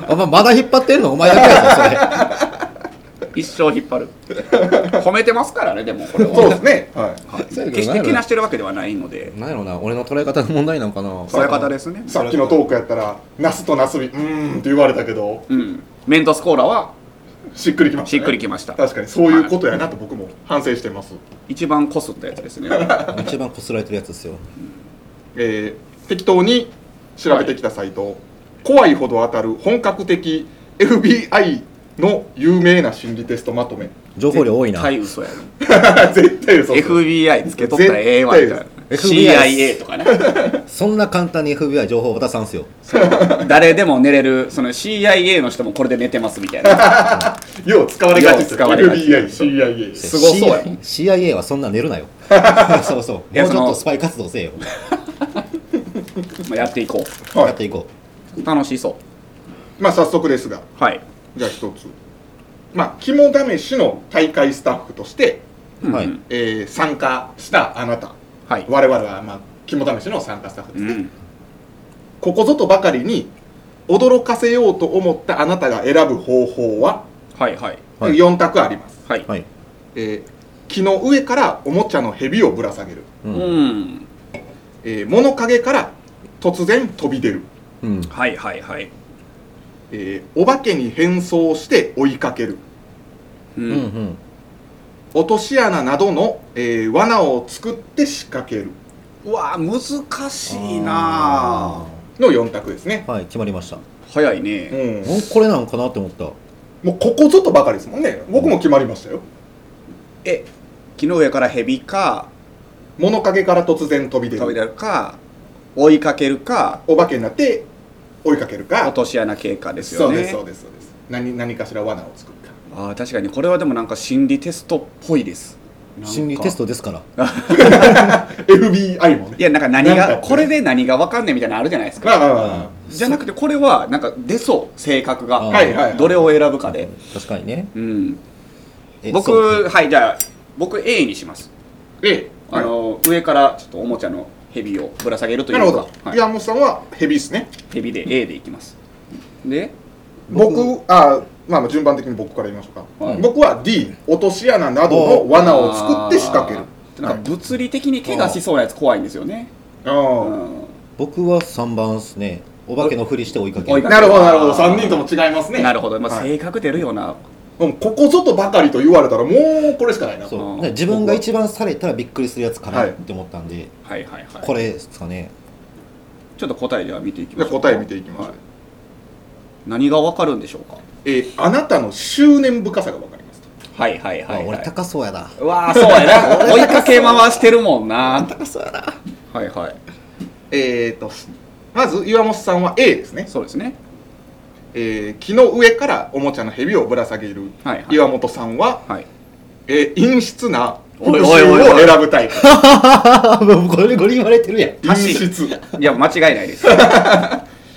[SPEAKER 3] あ、ままだ引っ張ってんのお前だけやぞ、
[SPEAKER 2] 一生引っ張る。褒めてますからね、でもこれは。
[SPEAKER 4] そうですねはい
[SPEAKER 2] はい
[SPEAKER 3] そうやけど
[SPEAKER 2] 決し
[SPEAKER 3] なんや
[SPEAKER 2] て
[SPEAKER 3] ろ
[SPEAKER 2] けなしてるわけではないので、
[SPEAKER 3] それ。なんやろな、俺の捉え方の問題なのかな。
[SPEAKER 2] そういう方ですね。
[SPEAKER 4] さっきのトークやったら「ナスとナスビうーん」って言われたけど
[SPEAKER 2] うん。メントスコーラは
[SPEAKER 4] しっくりきました、
[SPEAKER 2] し
[SPEAKER 4] ね、
[SPEAKER 2] っくりきました。
[SPEAKER 4] 確かにそういうことやなと僕も反省してます、
[SPEAKER 2] 一番こすったやつですね。
[SPEAKER 3] 一番こすられてるやつですよ。
[SPEAKER 4] えー適当に調べてきたサイト、怖いほど当たる本格的 FBI の有名な心理テストまとめ
[SPEAKER 3] 情報量多いな。
[SPEAKER 2] はい、嘘やろ。
[SPEAKER 4] 絶対嘘
[SPEAKER 2] FBI つけとったらええわ、みたいな。
[SPEAKER 3] 絶対
[SPEAKER 2] CIA とかね。
[SPEAKER 3] そんな簡単に FBI 情報渡さんすよ。
[SPEAKER 2] 誰でも寝れる、その CIA の人もこれで寝てますみたいな。
[SPEAKER 4] よう使われがちです
[SPEAKER 2] よう使われがち
[SPEAKER 4] FBI、CIA
[SPEAKER 2] すごそうや
[SPEAKER 3] CIA, CIA はそんな寝るなよ。そうそう。もう
[SPEAKER 2] いや
[SPEAKER 3] ちょっ
[SPEAKER 2] そ
[SPEAKER 3] と
[SPEAKER 2] の
[SPEAKER 3] スパイ活動せえよ。
[SPEAKER 2] まあ、やっていこう
[SPEAKER 4] は
[SPEAKER 3] やっ
[SPEAKER 4] い
[SPEAKER 3] ていこ
[SPEAKER 2] 楽しそ
[SPEAKER 4] まあ早速ですが
[SPEAKER 2] うはい、
[SPEAKER 4] じゃあ一つまあ肝試しの大会スタッフとして、
[SPEAKER 2] うん
[SPEAKER 3] はい
[SPEAKER 4] えー参加したあなた
[SPEAKER 2] はい、
[SPEAKER 4] 我々はまあ肝試しの参加スタッフです
[SPEAKER 2] う
[SPEAKER 4] ね、
[SPEAKER 2] ん、
[SPEAKER 4] ここぞとばかりに驚かせようと思ったあなたが選ぶ方法は、
[SPEAKER 2] はいはい
[SPEAKER 3] はい。
[SPEAKER 4] 4択あります、
[SPEAKER 2] はいう
[SPEAKER 3] はい。
[SPEAKER 4] えー木の上からおもちゃの蛇をぶら下げる、
[SPEAKER 3] う。
[SPEAKER 2] うんん
[SPEAKER 4] えー物陰から突然飛び出る、
[SPEAKER 3] うん。
[SPEAKER 2] はいはいはい
[SPEAKER 4] えーお化けに変装して追いかける
[SPEAKER 2] う、
[SPEAKER 3] うんん。うん。
[SPEAKER 4] 落とし穴などの、えー罠を作って仕掛ける
[SPEAKER 2] うわ難しいなあ
[SPEAKER 4] の4択ですね、
[SPEAKER 3] あーはい、決まりました。
[SPEAKER 2] 早いう
[SPEAKER 4] ん、
[SPEAKER 2] ね
[SPEAKER 3] おこれなんかなって思った。
[SPEAKER 4] もうここぞとばかりですもんね僕も決まりましたよ
[SPEAKER 2] え木の上から蛇か
[SPEAKER 4] 物陰から突然飛び出
[SPEAKER 2] 飛び出
[SPEAKER 4] る
[SPEAKER 2] るか追いかけるか
[SPEAKER 4] お化けになって追いかけるか
[SPEAKER 2] 落とし穴経過です
[SPEAKER 4] そ
[SPEAKER 2] よ
[SPEAKER 4] う
[SPEAKER 2] ね
[SPEAKER 4] ですそうですそうです何何かしら罠を作るか
[SPEAKER 2] あー確かにこれはでもなんか心理テストっぽいですなんか
[SPEAKER 3] 心理テストですから。
[SPEAKER 4] FBI もね
[SPEAKER 2] いやなんか何
[SPEAKER 4] なんか
[SPEAKER 2] が
[SPEAKER 4] って
[SPEAKER 2] これで何がわかんねえみたいなのあるじゃないですか
[SPEAKER 4] まあまあまあま
[SPEAKER 2] じゃなくてこれはなんか出そう性格
[SPEAKER 3] あ
[SPEAKER 4] あ
[SPEAKER 3] ー
[SPEAKER 2] が
[SPEAKER 4] はいはいはい
[SPEAKER 2] どれを選ぶかで
[SPEAKER 3] 確かにね。
[SPEAKER 2] うん
[SPEAKER 3] え
[SPEAKER 2] 僕
[SPEAKER 3] そう
[SPEAKER 2] はいじゃあ僕 A にします
[SPEAKER 4] ええ
[SPEAKER 2] あの、上からちょっとおもちゃの蛇をぶら下げるとい
[SPEAKER 4] なる
[SPEAKER 2] う
[SPEAKER 4] ほ
[SPEAKER 2] か
[SPEAKER 4] ど、
[SPEAKER 2] はい
[SPEAKER 4] 山本さんはヘビですね
[SPEAKER 2] 蛇で A でいきますで
[SPEAKER 4] 僕
[SPEAKER 3] 僕
[SPEAKER 4] あまあまあ順番的に僕から言いましょうか、
[SPEAKER 2] はい
[SPEAKER 4] 僕は D 落とし穴などの罠を作って仕掛ける
[SPEAKER 2] あーなんか物理的に怪我しそうなやつ怖いんですよね、
[SPEAKER 4] あ
[SPEAKER 2] う
[SPEAKER 4] ー
[SPEAKER 2] ん、
[SPEAKER 3] 僕は3番ですね。お化けのふりして追いかけ
[SPEAKER 2] 追いか
[SPEAKER 3] る。
[SPEAKER 4] なるほどなるほど3人とも違いますね
[SPEAKER 2] なるほど、まあ
[SPEAKER 4] はい
[SPEAKER 2] 性格出るような、
[SPEAKER 4] もうここぞとばかりと言われたらもうこれしかないな
[SPEAKER 3] そう
[SPEAKER 2] うん
[SPEAKER 3] だから自分が一番されたらびっくりするやつか
[SPEAKER 4] は
[SPEAKER 3] ないって思ったんで、
[SPEAKER 2] はいはいはい
[SPEAKER 3] これですかね。
[SPEAKER 2] ちょっと答えでは見ていき
[SPEAKER 4] じ
[SPEAKER 2] ま
[SPEAKER 4] ゃあ
[SPEAKER 2] しょう
[SPEAKER 4] 答え見ていきましょう、
[SPEAKER 2] はい何がわかるんでしょうか
[SPEAKER 4] えーあなたの執念深さが分かりますと
[SPEAKER 2] はいはい
[SPEAKER 3] あ
[SPEAKER 2] はい、は
[SPEAKER 3] 俺
[SPEAKER 2] い、
[SPEAKER 3] 高そうやな。
[SPEAKER 2] うわあそうやな追いかけ回してるもんな
[SPEAKER 3] 高そうやな。
[SPEAKER 2] はいはい
[SPEAKER 4] えー、とまず岩本さんは A ですね、
[SPEAKER 2] そうですね
[SPEAKER 4] えー木の上からおもちゃの蛇をぶら下げる
[SPEAKER 2] はいはい
[SPEAKER 4] 岩本さんは、
[SPEAKER 2] はい
[SPEAKER 4] えー陰湿な復
[SPEAKER 2] おい
[SPEAKER 4] 讐を
[SPEAKER 2] おいおいおい
[SPEAKER 4] 選ぶ タイプ
[SPEAKER 3] あ、もうこれゴリ言われてるやん。
[SPEAKER 4] 陰
[SPEAKER 2] 確かに
[SPEAKER 4] 湿
[SPEAKER 2] いや間違いないです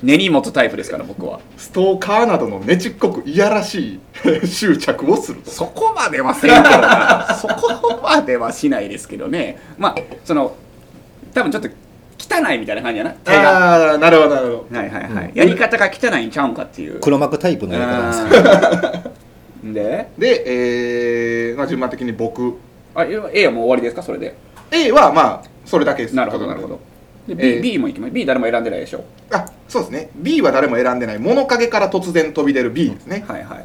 [SPEAKER 2] 根に持つタイプですから僕は
[SPEAKER 4] ストーカーなどのねちっこくいやらしい 執着をすると
[SPEAKER 2] そこまではせんけど なそこまではしないですけどねまあその多分ちょっと汚いみたいな感じやな手がは
[SPEAKER 4] ああなるほどなるほど
[SPEAKER 2] いはいはい、
[SPEAKER 3] うん
[SPEAKER 2] やり方が汚いんちゃうんかっていう
[SPEAKER 3] 黒幕タイプのやり方なんですよ。
[SPEAKER 2] うんで
[SPEAKER 4] で、えーまあ、順番的に僕
[SPEAKER 2] あ A はもう終わりですかそれで
[SPEAKER 4] A はまあそれだけです
[SPEAKER 2] なるほどなるほどで B,、
[SPEAKER 4] えー
[SPEAKER 2] B もいきます B 誰も選んでないでしょ
[SPEAKER 4] あそうですね B は誰も選んでない物陰から突然飛び出る B ですね、
[SPEAKER 2] はいはい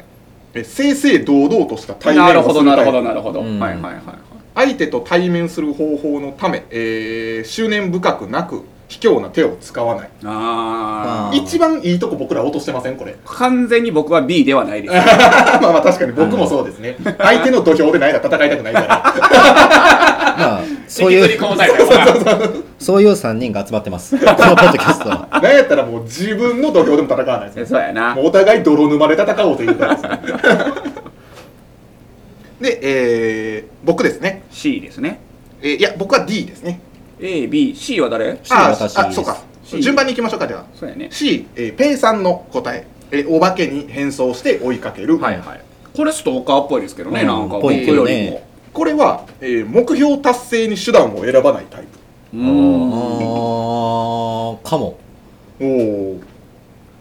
[SPEAKER 4] え正々堂々とした対面を
[SPEAKER 2] な
[SPEAKER 4] する
[SPEAKER 2] るほど
[SPEAKER 4] タイプ
[SPEAKER 2] なるほどなるほど、
[SPEAKER 3] うん
[SPEAKER 2] はいはいはいはい
[SPEAKER 4] 相手と対面する方法のため、えー執念深くなく卑怯な手を使わない
[SPEAKER 2] あ
[SPEAKER 3] あ
[SPEAKER 2] ー
[SPEAKER 3] ー
[SPEAKER 4] 一番いいとこ僕ら落としてませんこれ
[SPEAKER 2] 完全に僕は B ではないです
[SPEAKER 4] まあまあ確かに僕もそうですね相手の土俵でないら戦いたくないから
[SPEAKER 3] まあ、そうい
[SPEAKER 2] 引きずり込む
[SPEAKER 3] う、
[SPEAKER 2] タイプやから
[SPEAKER 3] そういう3人が集まってます。こ のポッドキャストは。
[SPEAKER 4] なんやったらもう自分の土俵でも戦わないですね
[SPEAKER 2] そうやな
[SPEAKER 4] もうお互い泥沼で戦おうというからですねで、えー僕 ですね、
[SPEAKER 2] C ですね
[SPEAKER 4] えーいや僕は D ですね
[SPEAKER 2] ABC は誰
[SPEAKER 3] C
[SPEAKER 4] あ
[SPEAKER 3] 私
[SPEAKER 4] あそうか
[SPEAKER 2] C
[SPEAKER 4] 順番に行きましょうかでは
[SPEAKER 2] そうやね
[SPEAKER 4] C、えーペイさんの答ええーお化けに変装して追いかける、
[SPEAKER 2] はいはいこれストーカーっぽいですけどね、
[SPEAKER 3] うん
[SPEAKER 2] なんか
[SPEAKER 3] ぽ
[SPEAKER 2] 僕
[SPEAKER 3] いけど
[SPEAKER 2] よ
[SPEAKER 3] ね
[SPEAKER 2] りも
[SPEAKER 4] これは、えー目標達成に手段を選ばないタイプ
[SPEAKER 2] う
[SPEAKER 3] あ
[SPEAKER 2] ーん
[SPEAKER 3] ーかも。
[SPEAKER 4] おー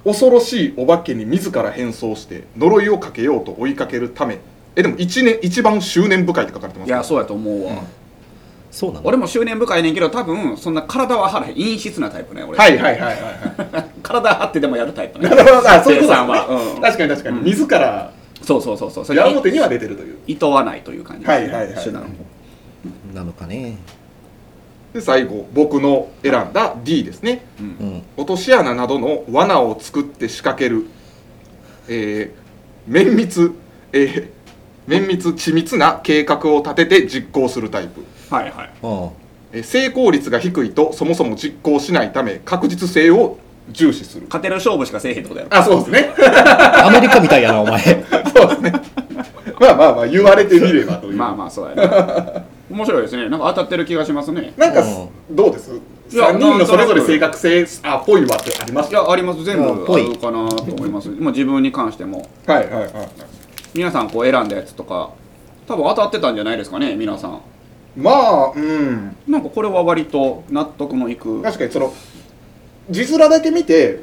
[SPEAKER 4] 恐ろしいお化けに自ら変装して呪いをかけようと追いかけるためえでも一年一番執念深いって書かれてます
[SPEAKER 2] い
[SPEAKER 4] けど
[SPEAKER 2] やそうやと思うわ、
[SPEAKER 3] そうなの
[SPEAKER 2] 俺も執念深いねんけど多分そんな体は張らへん陰湿なタイプね俺、
[SPEAKER 4] はいはいはいはいはい
[SPEAKER 2] 体張ってでもやるタイ プね
[SPEAKER 4] なるほど あそういうことですね
[SPEAKER 2] 生産はうん
[SPEAKER 4] 確かに確かに、自ら
[SPEAKER 2] そうそうそうそうそれ
[SPEAKER 4] 矢面には出てるという
[SPEAKER 2] いとわないという感じ
[SPEAKER 4] はいはいはい
[SPEAKER 2] 手段を
[SPEAKER 3] なのかね。
[SPEAKER 4] で最後僕の選んだ D ですね
[SPEAKER 3] うん。
[SPEAKER 4] 落とし穴などの罠を作って仕掛ける、えー綿密、えー綿密緻密な計画を立てて実行するタイプ、
[SPEAKER 2] はいはい
[SPEAKER 3] あ
[SPEAKER 4] えー成功率が低いとそもそも実行しないため確実性を重視する
[SPEAKER 2] 勝てる勝負しかせえへんってことやろ
[SPEAKER 4] あそうですね
[SPEAKER 3] あアメリカみたいやな、お前。
[SPEAKER 4] そうですねまあまあまあ言われてみればという
[SPEAKER 2] まあまあそうやね面白いですねなんか当たってる気がしますね
[SPEAKER 4] なんか
[SPEAKER 3] う
[SPEAKER 4] どうです
[SPEAKER 2] いや
[SPEAKER 4] 3人のそれぞれ正確性あぽいわってありま
[SPEAKER 2] い
[SPEAKER 4] す
[SPEAKER 2] やあります全部あ
[SPEAKER 3] あぽい
[SPEAKER 2] るかなと思いますまあ自分に関しても
[SPEAKER 4] はいはいはい
[SPEAKER 2] 皆さんこう選んだやつとか多分当たってたんじゃないですかね皆さん
[SPEAKER 4] まあうん
[SPEAKER 2] なんかこれは割と納得のいく
[SPEAKER 4] 確かにその字面だけ見て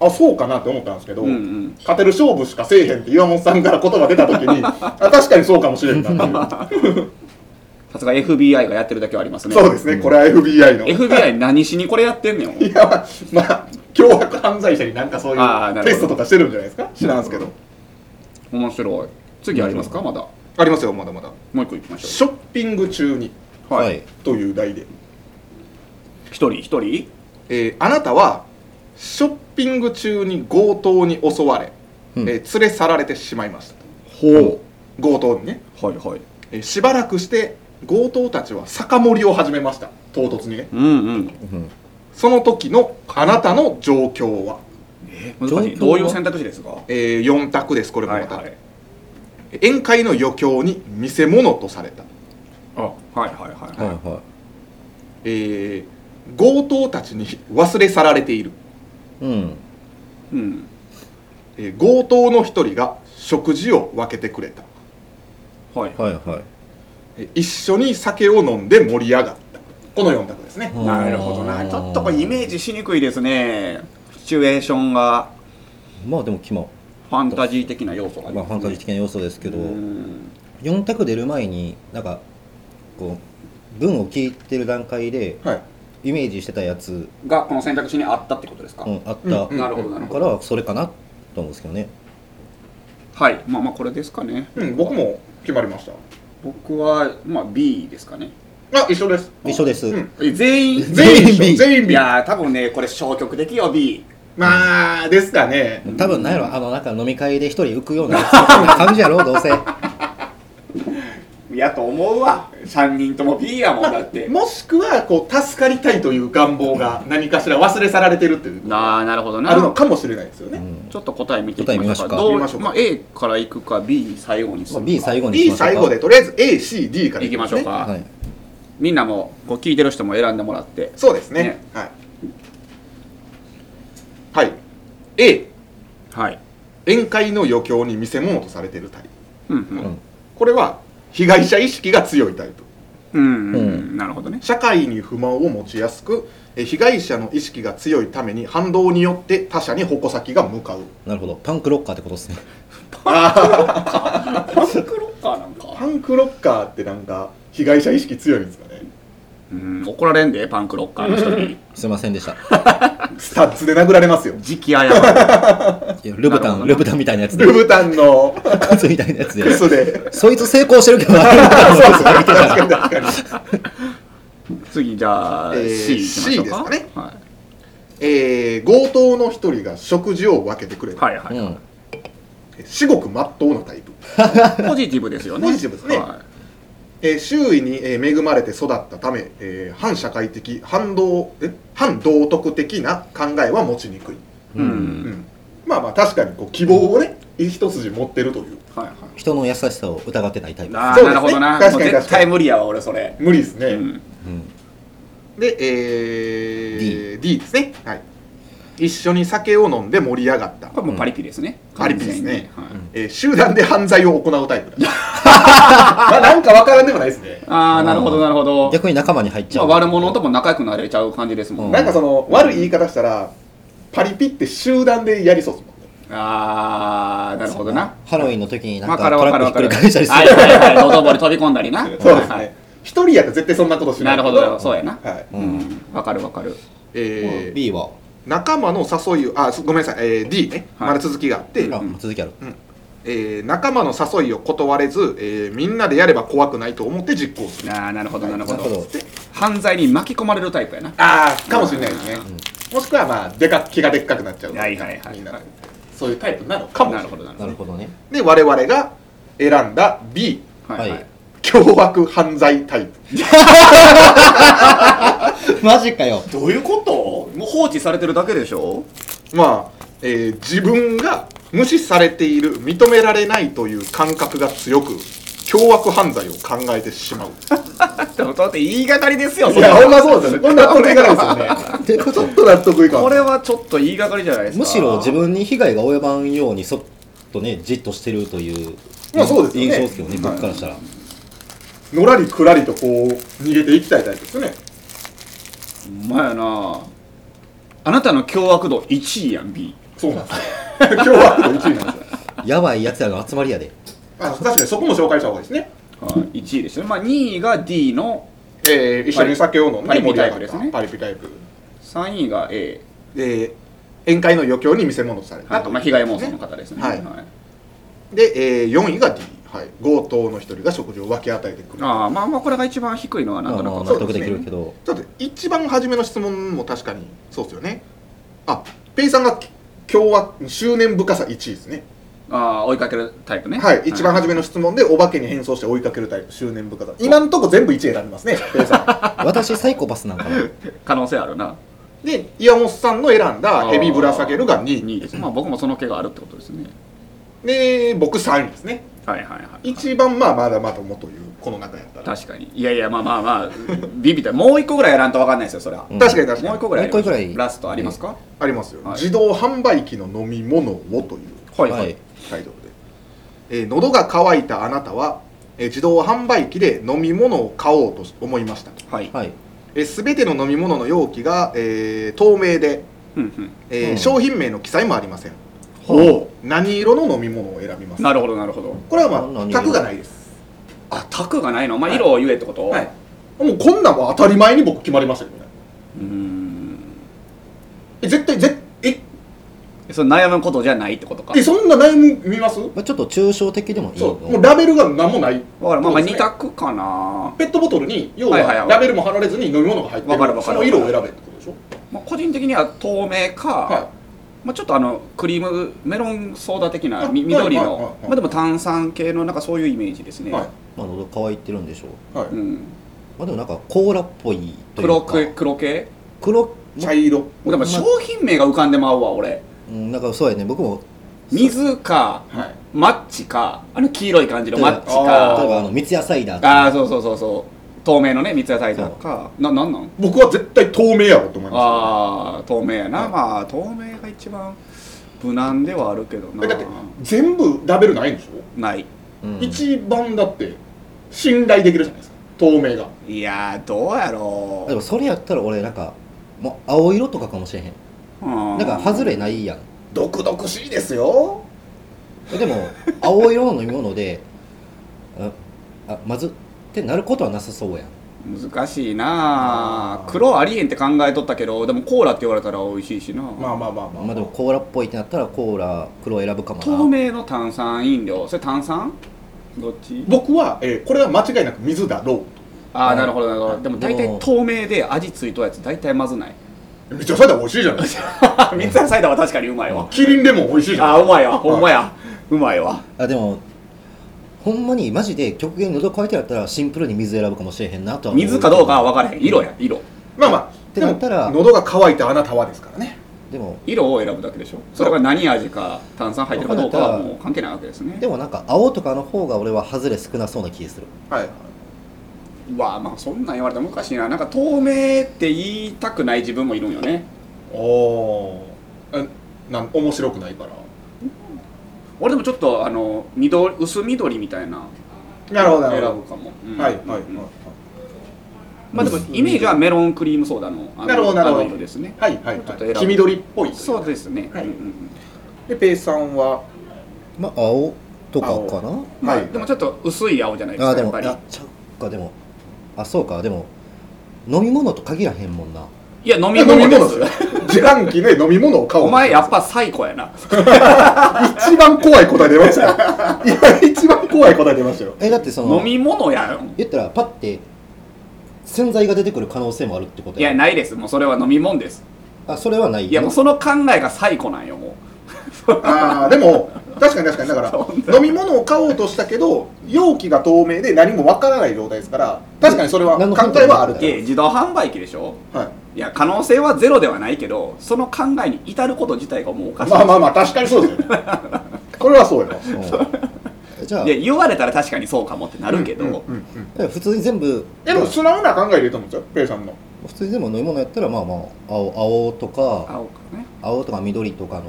[SPEAKER 4] あそうかなって思ったんですけど、
[SPEAKER 2] うんうん
[SPEAKER 4] 勝てる勝負しかせえへんって岩本さんから言葉出た時 にあ確かにそうかもしれんなっていう
[SPEAKER 2] さすが FBI がやってるだけはありますね
[SPEAKER 4] そうですねこれは FBI の
[SPEAKER 2] FBI 何しにこれやってんねん
[SPEAKER 4] いやまあ凶悪犯罪者になんかそう
[SPEAKER 2] あー
[SPEAKER 4] い
[SPEAKER 2] な
[SPEAKER 4] う
[SPEAKER 2] るほど
[SPEAKER 4] テストとかしてるんじゃないですか知らんすけど
[SPEAKER 2] 面白い次ありますかまだ
[SPEAKER 4] ありますよまだまだ
[SPEAKER 2] もう一個いきまし
[SPEAKER 4] ショッピング中に
[SPEAKER 2] ょう
[SPEAKER 3] は
[SPEAKER 2] はい
[SPEAKER 3] い。
[SPEAKER 4] という題で、
[SPEAKER 2] 一人一人
[SPEAKER 4] えーあなたはショッピング中に強盗に襲われ、
[SPEAKER 3] うん
[SPEAKER 4] えー連れ去られてしまいました
[SPEAKER 2] ほ
[SPEAKER 4] 強盗にね、
[SPEAKER 2] うはいはい
[SPEAKER 4] えーしばらくして強盗たちは酒盛りを始めました唐突にね
[SPEAKER 2] うんうん
[SPEAKER 3] うん
[SPEAKER 4] その時のあなたの状況は、
[SPEAKER 2] 難しい
[SPEAKER 3] 状況は
[SPEAKER 2] どういう選択肢ですかは
[SPEAKER 4] え4択ですこれもまた、
[SPEAKER 2] はい
[SPEAKER 4] 宴会の余興に見せ物とされた
[SPEAKER 2] あはいはいはい
[SPEAKER 3] はい
[SPEAKER 2] はい
[SPEAKER 3] は
[SPEAKER 4] えー強盗たちに忘れ去られている、
[SPEAKER 3] い。うん。
[SPEAKER 2] うん
[SPEAKER 4] えー強盗の一人が食事を分けてくれた、
[SPEAKER 2] はい
[SPEAKER 3] はいは
[SPEAKER 4] えー一緒に酒を飲んで盛り上がったこの4択ですね
[SPEAKER 3] い。
[SPEAKER 2] なるほどなちょっとこれイメージしにくいですねシチュエーションが
[SPEAKER 3] まあでも決ま
[SPEAKER 2] ファンタジー的な要素があり
[SPEAKER 3] ま
[SPEAKER 2] ます
[SPEAKER 3] あファンタジー的な要素ですけど、
[SPEAKER 2] うん
[SPEAKER 3] 4択出る前になんかこう文を聞いてる段階で
[SPEAKER 4] はい
[SPEAKER 3] イメージしてたやつ、
[SPEAKER 2] がこの選択肢にあったってことですか、
[SPEAKER 3] うん、あった
[SPEAKER 4] うん
[SPEAKER 2] なるほどなるほ
[SPEAKER 3] か
[SPEAKER 2] ど
[SPEAKER 3] らそれかなと思うんですけどね。
[SPEAKER 2] はいまあまあこれですかね
[SPEAKER 4] うん僕も決まりました
[SPEAKER 2] 僕はまあ B ですかね
[SPEAKER 4] あ一緒です
[SPEAKER 3] 一緒です。
[SPEAKER 4] うん
[SPEAKER 2] え全員
[SPEAKER 4] 全員一緒
[SPEAKER 3] B
[SPEAKER 4] 全員
[SPEAKER 2] い
[SPEAKER 4] B
[SPEAKER 2] やー多分ねこれ消極的よ B
[SPEAKER 4] まあですかね
[SPEAKER 3] 多分なんやろあのなんか飲み会で一人浮くよ うなやつみたいな感じやろどうせ。
[SPEAKER 2] いやと思うわ3人とも B やもんだ って
[SPEAKER 4] もしくはこう助かりたいという願望が何かしら忘れ去られてるっていう
[SPEAKER 2] なあなるほどな
[SPEAKER 4] あるのかもしれないですよね、
[SPEAKER 2] ちょっと答え見ていきましょうか
[SPEAKER 3] 答
[SPEAKER 4] え見ましょうか
[SPEAKER 2] どうまあ、A からいくか B 最後にす
[SPEAKER 3] ま
[SPEAKER 2] るか
[SPEAKER 3] あ B 最後にし
[SPEAKER 4] B
[SPEAKER 3] ましょうか。
[SPEAKER 4] 最後でとりあえず ACD から
[SPEAKER 2] いきましょうか、
[SPEAKER 4] ね
[SPEAKER 3] はい。
[SPEAKER 2] みんなもこう聞いてる人も選んでもらって
[SPEAKER 4] そうですね
[SPEAKER 2] ね
[SPEAKER 4] はいはい A
[SPEAKER 2] はい
[SPEAKER 4] 宴会の余興に見せ物とされてるタイプ
[SPEAKER 2] うん
[SPEAKER 3] うん
[SPEAKER 4] これは被害者意識が強いタイプ
[SPEAKER 2] うん、うんう、
[SPEAKER 3] うん
[SPEAKER 2] なるほどね
[SPEAKER 4] 社会に不満を持ちやすくえ被害者の意識が強いために反動によって他者に矛先が向かう
[SPEAKER 3] なるほど。パンクロッカーってことですね。
[SPEAKER 2] パンクロッカーなんか
[SPEAKER 4] パンクロッカーってなんか被害者意識強いんですかね
[SPEAKER 2] うん怒られんでパンクロッカーの人に
[SPEAKER 3] すいませんでした。
[SPEAKER 4] スタッツで殴られますよ
[SPEAKER 2] 時期謝る
[SPEAKER 3] いやルブ
[SPEAKER 2] なる
[SPEAKER 3] タ
[SPEAKER 2] ほど
[SPEAKER 3] ン、
[SPEAKER 2] な
[SPEAKER 3] ルブタンみたいなやつで
[SPEAKER 4] ル、ブタンの
[SPEAKER 3] クズみたいなやつで
[SPEAKER 4] ク。スで
[SPEAKER 3] そいつ成功してるけ ど、ルブタンのクズが見てた
[SPEAKER 4] 確かに確か に
[SPEAKER 2] 次じゃあ、
[SPEAKER 4] えー
[SPEAKER 2] C いきましょうか
[SPEAKER 4] C です
[SPEAKER 2] かね、
[SPEAKER 4] えー強盗の一人が食事を分けてくれる、
[SPEAKER 2] はい、はいはい、
[SPEAKER 3] うん。
[SPEAKER 4] 至極真っ当なタイプ、
[SPEAKER 2] ポジティブですよね
[SPEAKER 4] ポジティブですね
[SPEAKER 2] は
[SPEAKER 4] えー周囲にえー恵まれて育ったため、えー反社会的反動え反道徳的な考えは持ちにくい、
[SPEAKER 2] い、う、
[SPEAKER 3] うんん
[SPEAKER 4] うんまあままあ確かにこう希望をね一筋持ってるという
[SPEAKER 2] はいはい
[SPEAKER 3] 人の優しさを疑ってないタイプ。
[SPEAKER 2] あ
[SPEAKER 4] そ
[SPEAKER 2] ー
[SPEAKER 4] うですね
[SPEAKER 2] なるほどな、
[SPEAKER 4] 確
[SPEAKER 2] もう
[SPEAKER 4] かに
[SPEAKER 2] 絶
[SPEAKER 4] 確か
[SPEAKER 2] 対
[SPEAKER 4] に
[SPEAKER 2] 無理やわ俺それ、
[SPEAKER 4] 無理ですね、
[SPEAKER 2] うん、
[SPEAKER 3] うん。
[SPEAKER 4] で、えー D, ですね、はい、一緒に酒を飲んで盛り上がった
[SPEAKER 2] こ、れもうパリピですね、
[SPEAKER 4] パリピですね
[SPEAKER 2] 完全にはい
[SPEAKER 4] えー集団で犯罪を行うタイプだ まあなんかわからんでもないですね
[SPEAKER 2] ああなるほどなるほど
[SPEAKER 3] 逆に仲間に入っち
[SPEAKER 2] ま
[SPEAKER 3] ゃ
[SPEAKER 2] あ、
[SPEAKER 3] う。
[SPEAKER 2] 悪者とも仲良くなれちゃう感じですもんね、
[SPEAKER 4] なんかその悪い言い方したらパリピって集団でやりそうですもんね
[SPEAKER 2] ああなるほどな
[SPEAKER 3] ハロウィンの時にな
[SPEAKER 2] わ
[SPEAKER 3] ん
[SPEAKER 2] か
[SPEAKER 3] か
[SPEAKER 2] る
[SPEAKER 3] ト
[SPEAKER 2] わ
[SPEAKER 3] ラ
[SPEAKER 2] かる
[SPEAKER 3] ッ
[SPEAKER 2] わ
[SPEAKER 3] ク
[SPEAKER 2] かる
[SPEAKER 3] ひっくり返したりす
[SPEAKER 2] はい
[SPEAKER 3] る。
[SPEAKER 2] はいはい道頓堀飛び込んだりな
[SPEAKER 4] そうです
[SPEAKER 2] はい
[SPEAKER 4] ね一人やったら絶対そんなことしな
[SPEAKER 2] ないるほどなるほどそうやな
[SPEAKER 4] はい
[SPEAKER 2] うんわかるわかる
[SPEAKER 4] えー
[SPEAKER 3] B は、
[SPEAKER 4] 仲間の誘いをあすごめんなさい、えー D ね、
[SPEAKER 2] はい
[SPEAKER 4] まだ続きがあって、
[SPEAKER 3] あ、続きある。
[SPEAKER 4] えー仲間の誘いを断れず、えーみんなでやれば怖くないと思って実行する
[SPEAKER 2] ああなるほどなるほ
[SPEAKER 3] なるほ
[SPEAKER 2] ど
[SPEAKER 3] ど。
[SPEAKER 2] 犯罪に巻き込まれるタイプやな
[SPEAKER 4] ああかもしれないですね、もしくはまあでか気がでっかくなっちゃう
[SPEAKER 2] はいはいはい
[SPEAKER 4] みんなそういうタイプなのかもしれ
[SPEAKER 2] な
[SPEAKER 4] ない
[SPEAKER 2] るほどなるほ
[SPEAKER 3] なるほどね。
[SPEAKER 4] で我々が選んだ B
[SPEAKER 2] どはいは
[SPEAKER 3] はいい
[SPEAKER 4] 凶悪犯罪タイプ
[SPEAKER 3] マジかよ。
[SPEAKER 2] どういうこともう放置されてるだけでしょ
[SPEAKER 4] まあ、えー自分が無視されている認められないという感覚が強く凶悪犯罪を考えてしまう
[SPEAKER 2] でもだって言いがかりですよそ
[SPEAKER 4] い
[SPEAKER 2] れ
[SPEAKER 4] やほん
[SPEAKER 2] は
[SPEAKER 4] まそうですよねこんなこといかないですよね
[SPEAKER 3] てこ
[SPEAKER 4] ちょ
[SPEAKER 3] と
[SPEAKER 4] っと納得いか
[SPEAKER 2] こ
[SPEAKER 4] ない
[SPEAKER 2] れはちょっと言いがかりじゃないですか
[SPEAKER 3] むしろ自分に被害が及ばんようにそっとねじっとしてるという
[SPEAKER 4] まあそうですよね
[SPEAKER 3] 印象ですけどね僕からしたら、
[SPEAKER 4] のらりくらりとこう逃げていきたいタイプですね
[SPEAKER 2] ほんまやなあなたの凶悪度1位やん B
[SPEAKER 4] そうなんですよ 凶悪度1位なんですよ
[SPEAKER 3] やばいやつらの集まりやで
[SPEAKER 4] あ確かにそこも紹介した方がいいですね
[SPEAKER 2] はい1位ですねまあ2位が D の
[SPEAKER 4] えー、一緒に酒を飲んで
[SPEAKER 2] パリ
[SPEAKER 4] 盛
[SPEAKER 2] ピ
[SPEAKER 4] り上
[SPEAKER 2] タイ
[SPEAKER 4] が
[SPEAKER 2] プ
[SPEAKER 4] っ
[SPEAKER 2] です
[SPEAKER 4] た
[SPEAKER 2] ね
[SPEAKER 4] パリピタイプ
[SPEAKER 2] 3位が A
[SPEAKER 4] で宴会の余興に見せ物とされて
[SPEAKER 2] あとまあ被害妄想の方ですね
[SPEAKER 4] はいで、えー、4位が D、はい、強盗の一人が食事を分け与えてくる
[SPEAKER 2] ああまあまあこれが一番低いのはなん
[SPEAKER 3] まあ
[SPEAKER 2] とな
[SPEAKER 3] ま
[SPEAKER 2] く
[SPEAKER 3] あ
[SPEAKER 2] わか
[SPEAKER 3] 納
[SPEAKER 4] そ
[SPEAKER 2] る
[SPEAKER 4] うで
[SPEAKER 3] 得
[SPEAKER 4] す
[SPEAKER 3] で
[SPEAKER 4] ね
[SPEAKER 3] きるけど
[SPEAKER 4] ちょっと一番初めの質問も確かにそうですよねあペイさんが今日は執念深さ1位ですね
[SPEAKER 2] ああ追いかけるタイプね
[SPEAKER 4] はい一番初めの質問でお化けに変装して追いかけるタイプ執念深さ今んとこ全部1位選びますねペイさ
[SPEAKER 3] 私サイコパスなんかな
[SPEAKER 2] 可能性あるな
[SPEAKER 4] んで岩本さんの選んだヘビぶら下げるが2位
[SPEAKER 2] 2位ですまあ僕もその毛があるってことですね
[SPEAKER 4] で僕3位ですね
[SPEAKER 2] はいはいはい
[SPEAKER 4] 一番まあまだまだもというこの中やったら
[SPEAKER 2] 確かにいやいやまあまあまあビビったもう一個ぐらいやらんとわかんないですよそれは、
[SPEAKER 3] うん
[SPEAKER 4] 確かに確か
[SPEAKER 2] もう
[SPEAKER 4] に
[SPEAKER 2] 一個ぐらいやりましょう
[SPEAKER 3] もう一個ぐらい
[SPEAKER 2] ラストありますか、
[SPEAKER 4] ありますよ、
[SPEAKER 2] はい
[SPEAKER 4] 自動販売機の飲み物をという
[SPEAKER 2] はいは、
[SPEAKER 3] はいい
[SPEAKER 4] タイトルで、えー喉が渇いたあなたは、えー自動販売機で飲み物を買おうと思いましたと
[SPEAKER 2] はい
[SPEAKER 3] はい
[SPEAKER 4] えー全ての飲み物の容器が、えー透明で、
[SPEAKER 2] うん
[SPEAKER 4] えー
[SPEAKER 3] うん
[SPEAKER 4] 商品名の記載もありません
[SPEAKER 2] ほう
[SPEAKER 4] 何色の飲み物を選びま
[SPEAKER 2] う
[SPEAKER 4] す
[SPEAKER 2] んなるほどなるほど
[SPEAKER 4] これはまあ
[SPEAKER 3] 何
[SPEAKER 4] 択
[SPEAKER 3] 色
[SPEAKER 4] がないです
[SPEAKER 2] あタクがないのまあ色を言えってこと、
[SPEAKER 4] はいもうこんなんは当たり前に僕決まりましたけどね
[SPEAKER 2] うーん
[SPEAKER 4] え絶対絶え
[SPEAKER 2] それ悩むことじゃないってことか
[SPEAKER 4] えそんな悩み見ます
[SPEAKER 3] まあ、ちょっと抽象的でもいい
[SPEAKER 4] そ
[SPEAKER 3] の
[SPEAKER 4] うもうラベルが何もない
[SPEAKER 2] わかるまあま
[SPEAKER 4] そ
[SPEAKER 2] あ
[SPEAKER 4] うです
[SPEAKER 2] 2
[SPEAKER 4] ね
[SPEAKER 2] 択かな、
[SPEAKER 4] ペットボトルに要は
[SPEAKER 2] はいはいはい
[SPEAKER 4] ラベルも貼られずに飲み物が入って
[SPEAKER 2] わかるわか
[SPEAKER 4] そ
[SPEAKER 2] る
[SPEAKER 4] の色を選べってことでしょ
[SPEAKER 2] まあ、個人的には透明か、
[SPEAKER 4] はい
[SPEAKER 2] まあ、ちょっとあのクリームメロンソーダ的
[SPEAKER 4] あ
[SPEAKER 2] なみ
[SPEAKER 4] はい
[SPEAKER 2] 緑
[SPEAKER 4] はいはいは
[SPEAKER 2] の
[SPEAKER 4] い
[SPEAKER 2] まあでも炭酸系のなんかそういうイメージですね、
[SPEAKER 4] はい
[SPEAKER 3] まあ、喉乾いてるんでしょう、
[SPEAKER 4] はい、
[SPEAKER 2] うん、
[SPEAKER 3] まあ、でもなんかコーラっぽいという
[SPEAKER 2] 黒
[SPEAKER 3] か
[SPEAKER 2] く黒系
[SPEAKER 3] 黒
[SPEAKER 4] 茶色
[SPEAKER 2] でも商品名が浮かんでまうわ俺
[SPEAKER 3] うんなんかそうやね僕も
[SPEAKER 2] 水か
[SPEAKER 4] はい
[SPEAKER 2] マッチかあの黄色い感じのマッチ
[SPEAKER 4] あ
[SPEAKER 3] 例
[SPEAKER 4] ー
[SPEAKER 2] か
[SPEAKER 3] えばあの三ツ矢サイダーと
[SPEAKER 2] あ
[SPEAKER 3] か
[SPEAKER 2] あーそうそうそうそう透明のね三ツ矢サイダーかななんなん
[SPEAKER 4] 僕は絶対透明やろと思いま
[SPEAKER 2] ああ透明やな、
[SPEAKER 4] はい
[SPEAKER 2] まあ透明が一番無難ではあるけど
[SPEAKER 4] すよえだ
[SPEAKER 2] な
[SPEAKER 4] って全部ラベルないんでしょ、
[SPEAKER 2] ない
[SPEAKER 3] うん
[SPEAKER 4] 一番だって信頼できるじゃないですか透明が
[SPEAKER 2] いやーどうやろ
[SPEAKER 3] でもそれやったら俺なんかもう青色とかかもしれへん
[SPEAKER 2] うな
[SPEAKER 3] なんか外れないやん
[SPEAKER 4] 毒々しいですよ
[SPEAKER 3] でも青色の飲み物でああまずってなることはなさそうやん
[SPEAKER 2] 難しいなあ
[SPEAKER 4] あー
[SPEAKER 2] 黒ありえんって考えとったけどでもコーラって言われたら美味しいしな、
[SPEAKER 4] まあまあまあまあ、
[SPEAKER 3] まあでもコーラっぽいってなったらコーラ黒選ぶかもな
[SPEAKER 2] 透明の炭酸飲料それ炭酸どっち
[SPEAKER 4] 僕は、えーこれは間違いなく水だろ
[SPEAKER 2] ああ
[SPEAKER 3] はい
[SPEAKER 2] なるほどなるほどでも大
[SPEAKER 3] で
[SPEAKER 2] 体
[SPEAKER 3] も
[SPEAKER 2] 透明で味ついとるやつ大体まずない
[SPEAKER 4] うめっちゃそれだ美味しいじゃないですか
[SPEAKER 2] 三ツ矢サイダーは確かにうまいわ
[SPEAKER 4] キリンレモン美味しいじゃない
[SPEAKER 2] ああうまいわほんまやうまいわ
[SPEAKER 3] あでもほんまにマジで極限喉乾いてやったらシンプルに水選ぶかもしれへんなとは思
[SPEAKER 2] 水かどうかは分からへん色や色
[SPEAKER 4] まあまあ
[SPEAKER 3] てなったら
[SPEAKER 4] でも喉が渇いたあなたはですからね
[SPEAKER 3] でも
[SPEAKER 2] 色を選ぶだけでしょそれが何味か炭酸入ってるかどうかはもう関係ないわけですね
[SPEAKER 3] でもなんか青とかの方が俺は外れ少なそうな気がする
[SPEAKER 4] はい
[SPEAKER 2] わあまあそんなん言われたら難しいななんか透明って言いたくない自分もいるんよね
[SPEAKER 4] おおーえなん面白くないから
[SPEAKER 2] 俺でもちょっとあの緑薄緑みたいな
[SPEAKER 4] なるほどな
[SPEAKER 2] 選
[SPEAKER 4] る
[SPEAKER 2] ぶ
[SPEAKER 4] ほ
[SPEAKER 2] かも、
[SPEAKER 4] ど
[SPEAKER 2] うん
[SPEAKER 4] はいはいはい、
[SPEAKER 2] うんまあでもイメージはメロンクリームソーダのあの
[SPEAKER 4] なるほどなるほど
[SPEAKER 2] あの色ですね
[SPEAKER 4] はいはい
[SPEAKER 2] ちょっと
[SPEAKER 4] は
[SPEAKER 2] 選
[SPEAKER 4] い
[SPEAKER 2] ぶ
[SPEAKER 4] 黄緑っぽいといか
[SPEAKER 2] そうですね、
[SPEAKER 4] はい
[SPEAKER 2] うんうんうん
[SPEAKER 4] でペイさんは
[SPEAKER 3] まあ青とかかな
[SPEAKER 2] まあ、
[SPEAKER 4] はい
[SPEAKER 2] でもちょっと薄い青じゃないですか
[SPEAKER 3] あで
[SPEAKER 2] やっ
[SPEAKER 3] も
[SPEAKER 2] ぱ
[SPEAKER 3] あ
[SPEAKER 2] り
[SPEAKER 3] ちゃうかでもあそうかでも飲み物と限らへんもんない
[SPEAKER 2] や飲
[SPEAKER 4] いや
[SPEAKER 2] み
[SPEAKER 4] 飲
[SPEAKER 2] 物
[SPEAKER 4] み
[SPEAKER 2] で
[SPEAKER 4] 物
[SPEAKER 2] す
[SPEAKER 4] ですよ 自販機で飲み物を買おう
[SPEAKER 2] お前やっぱサイコやな
[SPEAKER 4] 一番怖い答え出ま したよ今一番怖い答え出ましたよ
[SPEAKER 3] えだってその
[SPEAKER 2] 飲み物やん
[SPEAKER 3] 言ったらパッて洗剤が出てくる可能性もあるってこと
[SPEAKER 2] いやないですもうそれは飲み物です
[SPEAKER 3] あそれはない
[SPEAKER 2] いやもうその考えがサイコなんよも
[SPEAKER 4] ああでも確かに確かにだから飲み物を買おうとしたけど容器が透明で何もわからない状態ですから確かにそれは
[SPEAKER 3] 何の
[SPEAKER 4] 考えはある
[SPEAKER 2] う
[SPEAKER 4] と
[SPEAKER 2] いや自動販売機でしょ
[SPEAKER 4] はい
[SPEAKER 2] いや可能性はゼロではないけどその考えに至ること自体がもうおかし い
[SPEAKER 4] まあまあまあ確かにそうですよねこれはそうよ
[SPEAKER 3] うんじじゃあ
[SPEAKER 2] いや言われたら確かにそうかもってなるけど、
[SPEAKER 4] うんうんうん
[SPEAKER 3] だから普通に全部
[SPEAKER 4] でも素直な考えでいいと思うんですよペイさんの
[SPEAKER 3] 普通に全部飲み物やったらまあまあ青青とか
[SPEAKER 2] 青かね
[SPEAKER 3] 青とか緑とかの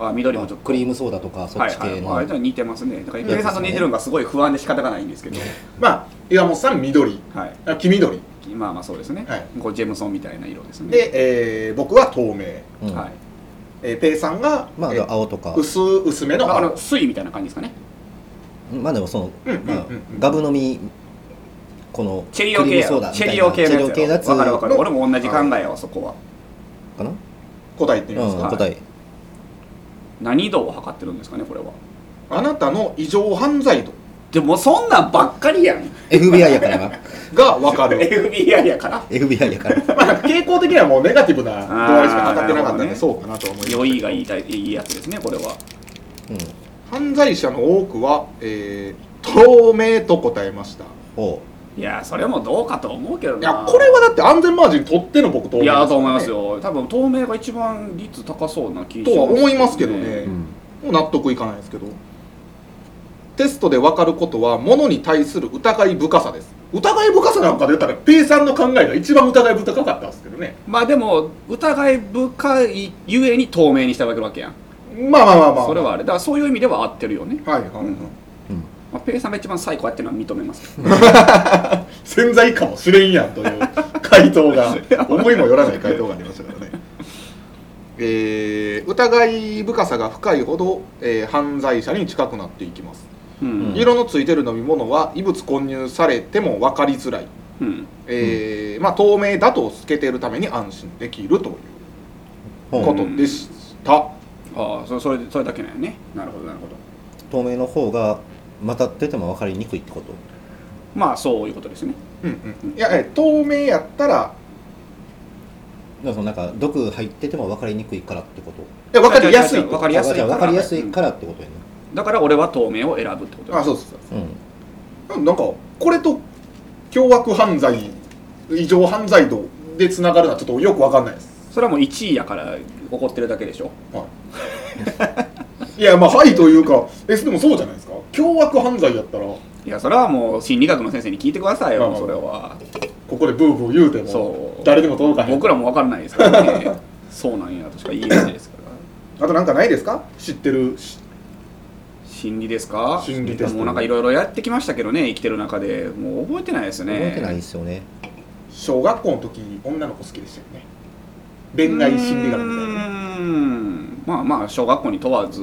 [SPEAKER 2] あ緑もちょっと
[SPEAKER 3] クリームソーダとかそっち系の、
[SPEAKER 2] はいはい、あじゃあ似てますねだから池江さんと似てるのがすごい不安で仕方がないんですけど、
[SPEAKER 4] まあ岩本さん緑
[SPEAKER 2] はい、
[SPEAKER 4] あ黄緑
[SPEAKER 2] まあまあそうですね、
[SPEAKER 4] はい
[SPEAKER 2] こうジェムソンみたいな色ですね
[SPEAKER 4] で、えー僕は透明、
[SPEAKER 3] うん
[SPEAKER 2] はい、
[SPEAKER 4] えーペイさんが、
[SPEAKER 3] まあ
[SPEAKER 4] え
[SPEAKER 3] だ
[SPEAKER 4] ー
[SPEAKER 3] から青とか
[SPEAKER 4] 薄薄めの
[SPEAKER 2] あ
[SPEAKER 4] 青
[SPEAKER 2] の水みたいな感じですかね
[SPEAKER 3] まあでもその、
[SPEAKER 4] うんうんうんうん
[SPEAKER 3] まあ、ガブ飲みこの
[SPEAKER 2] チェリオ系や
[SPEAKER 3] クリームソー
[SPEAKER 2] ろ
[SPEAKER 3] ダみ
[SPEAKER 2] チ
[SPEAKER 3] た
[SPEAKER 2] ェ
[SPEAKER 3] いな
[SPEAKER 2] リオ系のやつ
[SPEAKER 3] チェリオ
[SPEAKER 2] やろわかるわかる
[SPEAKER 4] の
[SPEAKER 2] 俺も同じ考えやわそこは
[SPEAKER 3] かな
[SPEAKER 4] 答え言ってみます
[SPEAKER 3] うん
[SPEAKER 4] か、
[SPEAKER 3] 答え
[SPEAKER 2] 何度を測ってるんですかねこれは
[SPEAKER 4] あなたの異常犯罪度
[SPEAKER 2] でもそんなんばっかりやん
[SPEAKER 3] FBI やからな
[SPEAKER 4] が分か る
[SPEAKER 2] FBI やから
[SPEAKER 3] FBI やから
[SPEAKER 4] まあ傾向的にはもうネガティブな度合いしか測ってなかったんで、
[SPEAKER 2] あー
[SPEAKER 4] そうかなとは思います
[SPEAKER 2] 良いがいいたいいいやつですねこれは
[SPEAKER 3] うん
[SPEAKER 4] 犯罪者の多くは、えー透明と答えましたい
[SPEAKER 3] おう
[SPEAKER 2] いやそれもどうかと思うけどな
[SPEAKER 4] やこれはだって安全マージン取っての僕透明
[SPEAKER 2] い
[SPEAKER 4] ですからね
[SPEAKER 2] やと思いますよ多分透明が一番率高そうな気
[SPEAKER 4] とは思いますけどね、
[SPEAKER 3] うん
[SPEAKER 4] もう納得いかないですけどテストで分かることは物に対する疑い深さです疑い深さなんかで言ったらペイさんの考えが一番疑い深かったんですけどね
[SPEAKER 2] まあでも疑い深いゆえに透明にしたわけやん
[SPEAKER 4] まあまあまあまあ
[SPEAKER 2] それはあれだからそういう意味では合ってるよね、
[SPEAKER 4] はいはい、はい
[SPEAKER 2] うん
[SPEAKER 3] うん
[SPEAKER 2] まあ、ペイさんが一番最高やってるのは認めますけど
[SPEAKER 4] 潜在かもしれんやんという回答が 思いもよらない回答がありましたからね えー疑い深さが深いほど、えー犯罪者に近くなっていきます、
[SPEAKER 2] うん
[SPEAKER 4] 色のついてる飲み物は異物混入されても分かりづらい
[SPEAKER 2] うん
[SPEAKER 4] えーまあ、透明だと透けているために安心できるという
[SPEAKER 3] ほう
[SPEAKER 4] ことでした、
[SPEAKER 2] ああそそれそれだけなんやねなるほどなるほど
[SPEAKER 3] 透明の方がまたってても分かりにくいってこと
[SPEAKER 2] まあそういうことですね
[SPEAKER 4] うんうんいやえー透明やったら
[SPEAKER 3] だからそのなんか毒入ってても分かりにくいからってこと
[SPEAKER 4] いや分かりやすい
[SPEAKER 2] 違う違う違う分か
[SPEAKER 4] と
[SPEAKER 2] りやすいから
[SPEAKER 3] あじゃあ分かりやすいからってことやね、
[SPEAKER 2] だから俺は透明を選ぶってこと
[SPEAKER 4] あ
[SPEAKER 2] です
[SPEAKER 4] そうですそうです
[SPEAKER 3] うん
[SPEAKER 4] なんかこれと凶悪犯罪異常犯罪度でつながるのはちょっとよく分かんない です、
[SPEAKER 2] それはもう1位やから怒ってるだけでしょ
[SPEAKER 4] はい、いやまあはいというかえでもそうじゃないですか凶悪犯罪やったら
[SPEAKER 2] いやそれはもう心理学の先生に聞いてくださいよ
[SPEAKER 4] まあ
[SPEAKER 2] それは
[SPEAKER 4] ここでブーブー言うても
[SPEAKER 2] そう
[SPEAKER 4] 誰でも届かへん
[SPEAKER 2] 僕らも分からないですからね そうなんやとしか言えないですから
[SPEAKER 4] あとなんかないですか知ってるし
[SPEAKER 2] 心理ですか
[SPEAKER 4] 心理テスト
[SPEAKER 2] もうなんかいろいろやってきましたけどね生きてる中でもう覚えてないですね
[SPEAKER 3] 覚えてないんですよね
[SPEAKER 4] 小学校の時女の子好きでしたよね恋愛心理学みたいなね
[SPEAKER 2] うーんまあまあ小学校に問わず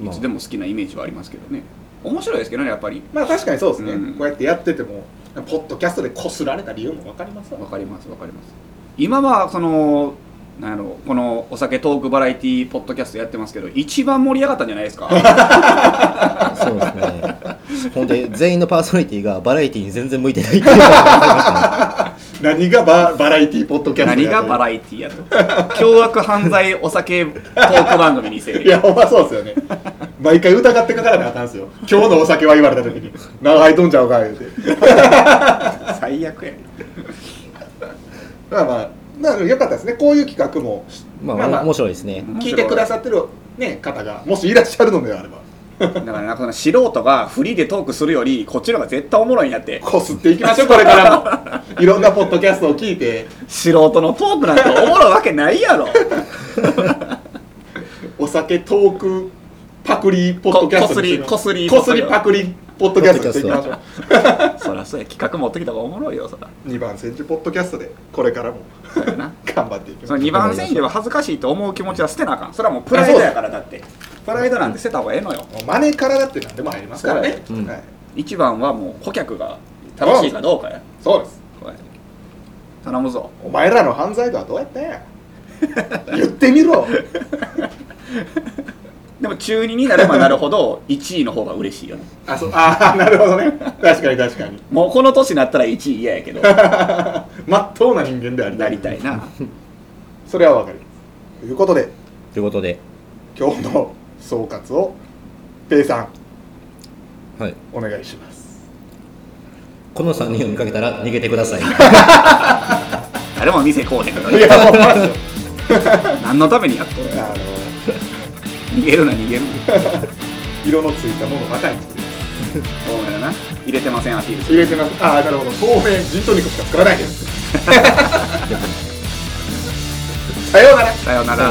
[SPEAKER 2] い
[SPEAKER 3] まあ
[SPEAKER 2] つでも好きなイメージはありますけどね面白いですけどねやっぱり
[SPEAKER 4] まあ確かにそうですね、
[SPEAKER 2] うん
[SPEAKER 4] こうやってやっててもポッドキャストでこすられた理由も分かりますわ
[SPEAKER 2] わかりますわかります今はそのなんやろこのお酒トークバラエティポッドキャストやってますけど一番盛り上がったんじゃな いですか
[SPEAKER 3] そうですねほんで全員のパーソナリティがバラエティに全然向いて ないっていうのが
[SPEAKER 4] 何がババラエティポッドキャスト
[SPEAKER 2] 何がバ
[SPEAKER 4] エ
[SPEAKER 2] ラエティやと凶悪犯罪お酒トーク番組にせ
[SPEAKER 4] ティいやほんまそうですよね毎回疑ってかからなあかんすよ今日のお酒は言われた時に「長いとんちゃうか」言うて
[SPEAKER 2] 最悪や
[SPEAKER 4] まあまあまあよかったですねこういう企画も、
[SPEAKER 3] まあ、
[SPEAKER 4] まあまあ
[SPEAKER 3] 面白いですね
[SPEAKER 4] 聞いてくださってる、ね、方がもしいらっしゃるのであれば
[SPEAKER 2] だからなんかその素人がフリーでトークするよりこっちの方が絶対おもろいんやって
[SPEAKER 4] こすっていきましょうこれからもいろんなポッドキャストを聞いて
[SPEAKER 2] 素人のトークなんておもろいわけないやろ
[SPEAKER 4] お酒トークパクリポッドキャストにしてみま
[SPEAKER 2] こすりこ
[SPEAKER 4] こ
[SPEAKER 2] す
[SPEAKER 4] す
[SPEAKER 2] り
[SPEAKER 4] りパクリポッドキャストにしていきまし
[SPEAKER 3] ポッドキ
[SPEAKER 4] ょう
[SPEAKER 2] そりゃそうや企画持ってきた方がおもろいよそら
[SPEAKER 4] 2番戦時ポッドキャストでこれからも
[SPEAKER 2] そうやな
[SPEAKER 4] 頑張っていき
[SPEAKER 2] そ
[SPEAKER 4] まし
[SPEAKER 2] の
[SPEAKER 4] ょう
[SPEAKER 2] 2番線では恥ずかしいと思う気持ちは捨てなあかんそれはもうプライドやからだってプライドなんて捨てた方がええのよ
[SPEAKER 4] 真似からだって何でも入りますからね
[SPEAKER 3] そうだねうん
[SPEAKER 4] はい
[SPEAKER 2] 一番はもう顧客が楽しいかどうかや
[SPEAKER 4] そうです
[SPEAKER 2] そうや頼むぞ
[SPEAKER 4] お前らの犯罪度はどうやったんや言ってみろ
[SPEAKER 2] でも中2になればなるほど1位の方が嬉しいよね
[SPEAKER 4] あそうあーなるほどね確かに確かに
[SPEAKER 2] もうこの年になったら1位嫌やけど
[SPEAKER 4] まっとうな人間であり
[SPEAKER 2] なりたい な
[SPEAKER 4] それはわかりますということで
[SPEAKER 3] ということで
[SPEAKER 4] 今日の総括をペイさん
[SPEAKER 3] はい
[SPEAKER 4] お願いします
[SPEAKER 3] この3人を見かけたら逃げてくだ さい
[SPEAKER 2] 誰も店こうへんか ら
[SPEAKER 4] いやもうマジで
[SPEAKER 2] 何のためにやっとる
[SPEAKER 4] あの
[SPEAKER 2] 逃げるな逃げるな
[SPEAKER 4] 色のついたものばかり作ります
[SPEAKER 2] そうだよな入れてませんアピールす
[SPEAKER 4] 入
[SPEAKER 2] る
[SPEAKER 4] れてますああなるほどそうめんジントニックしか作らないですさようなら
[SPEAKER 2] さようなら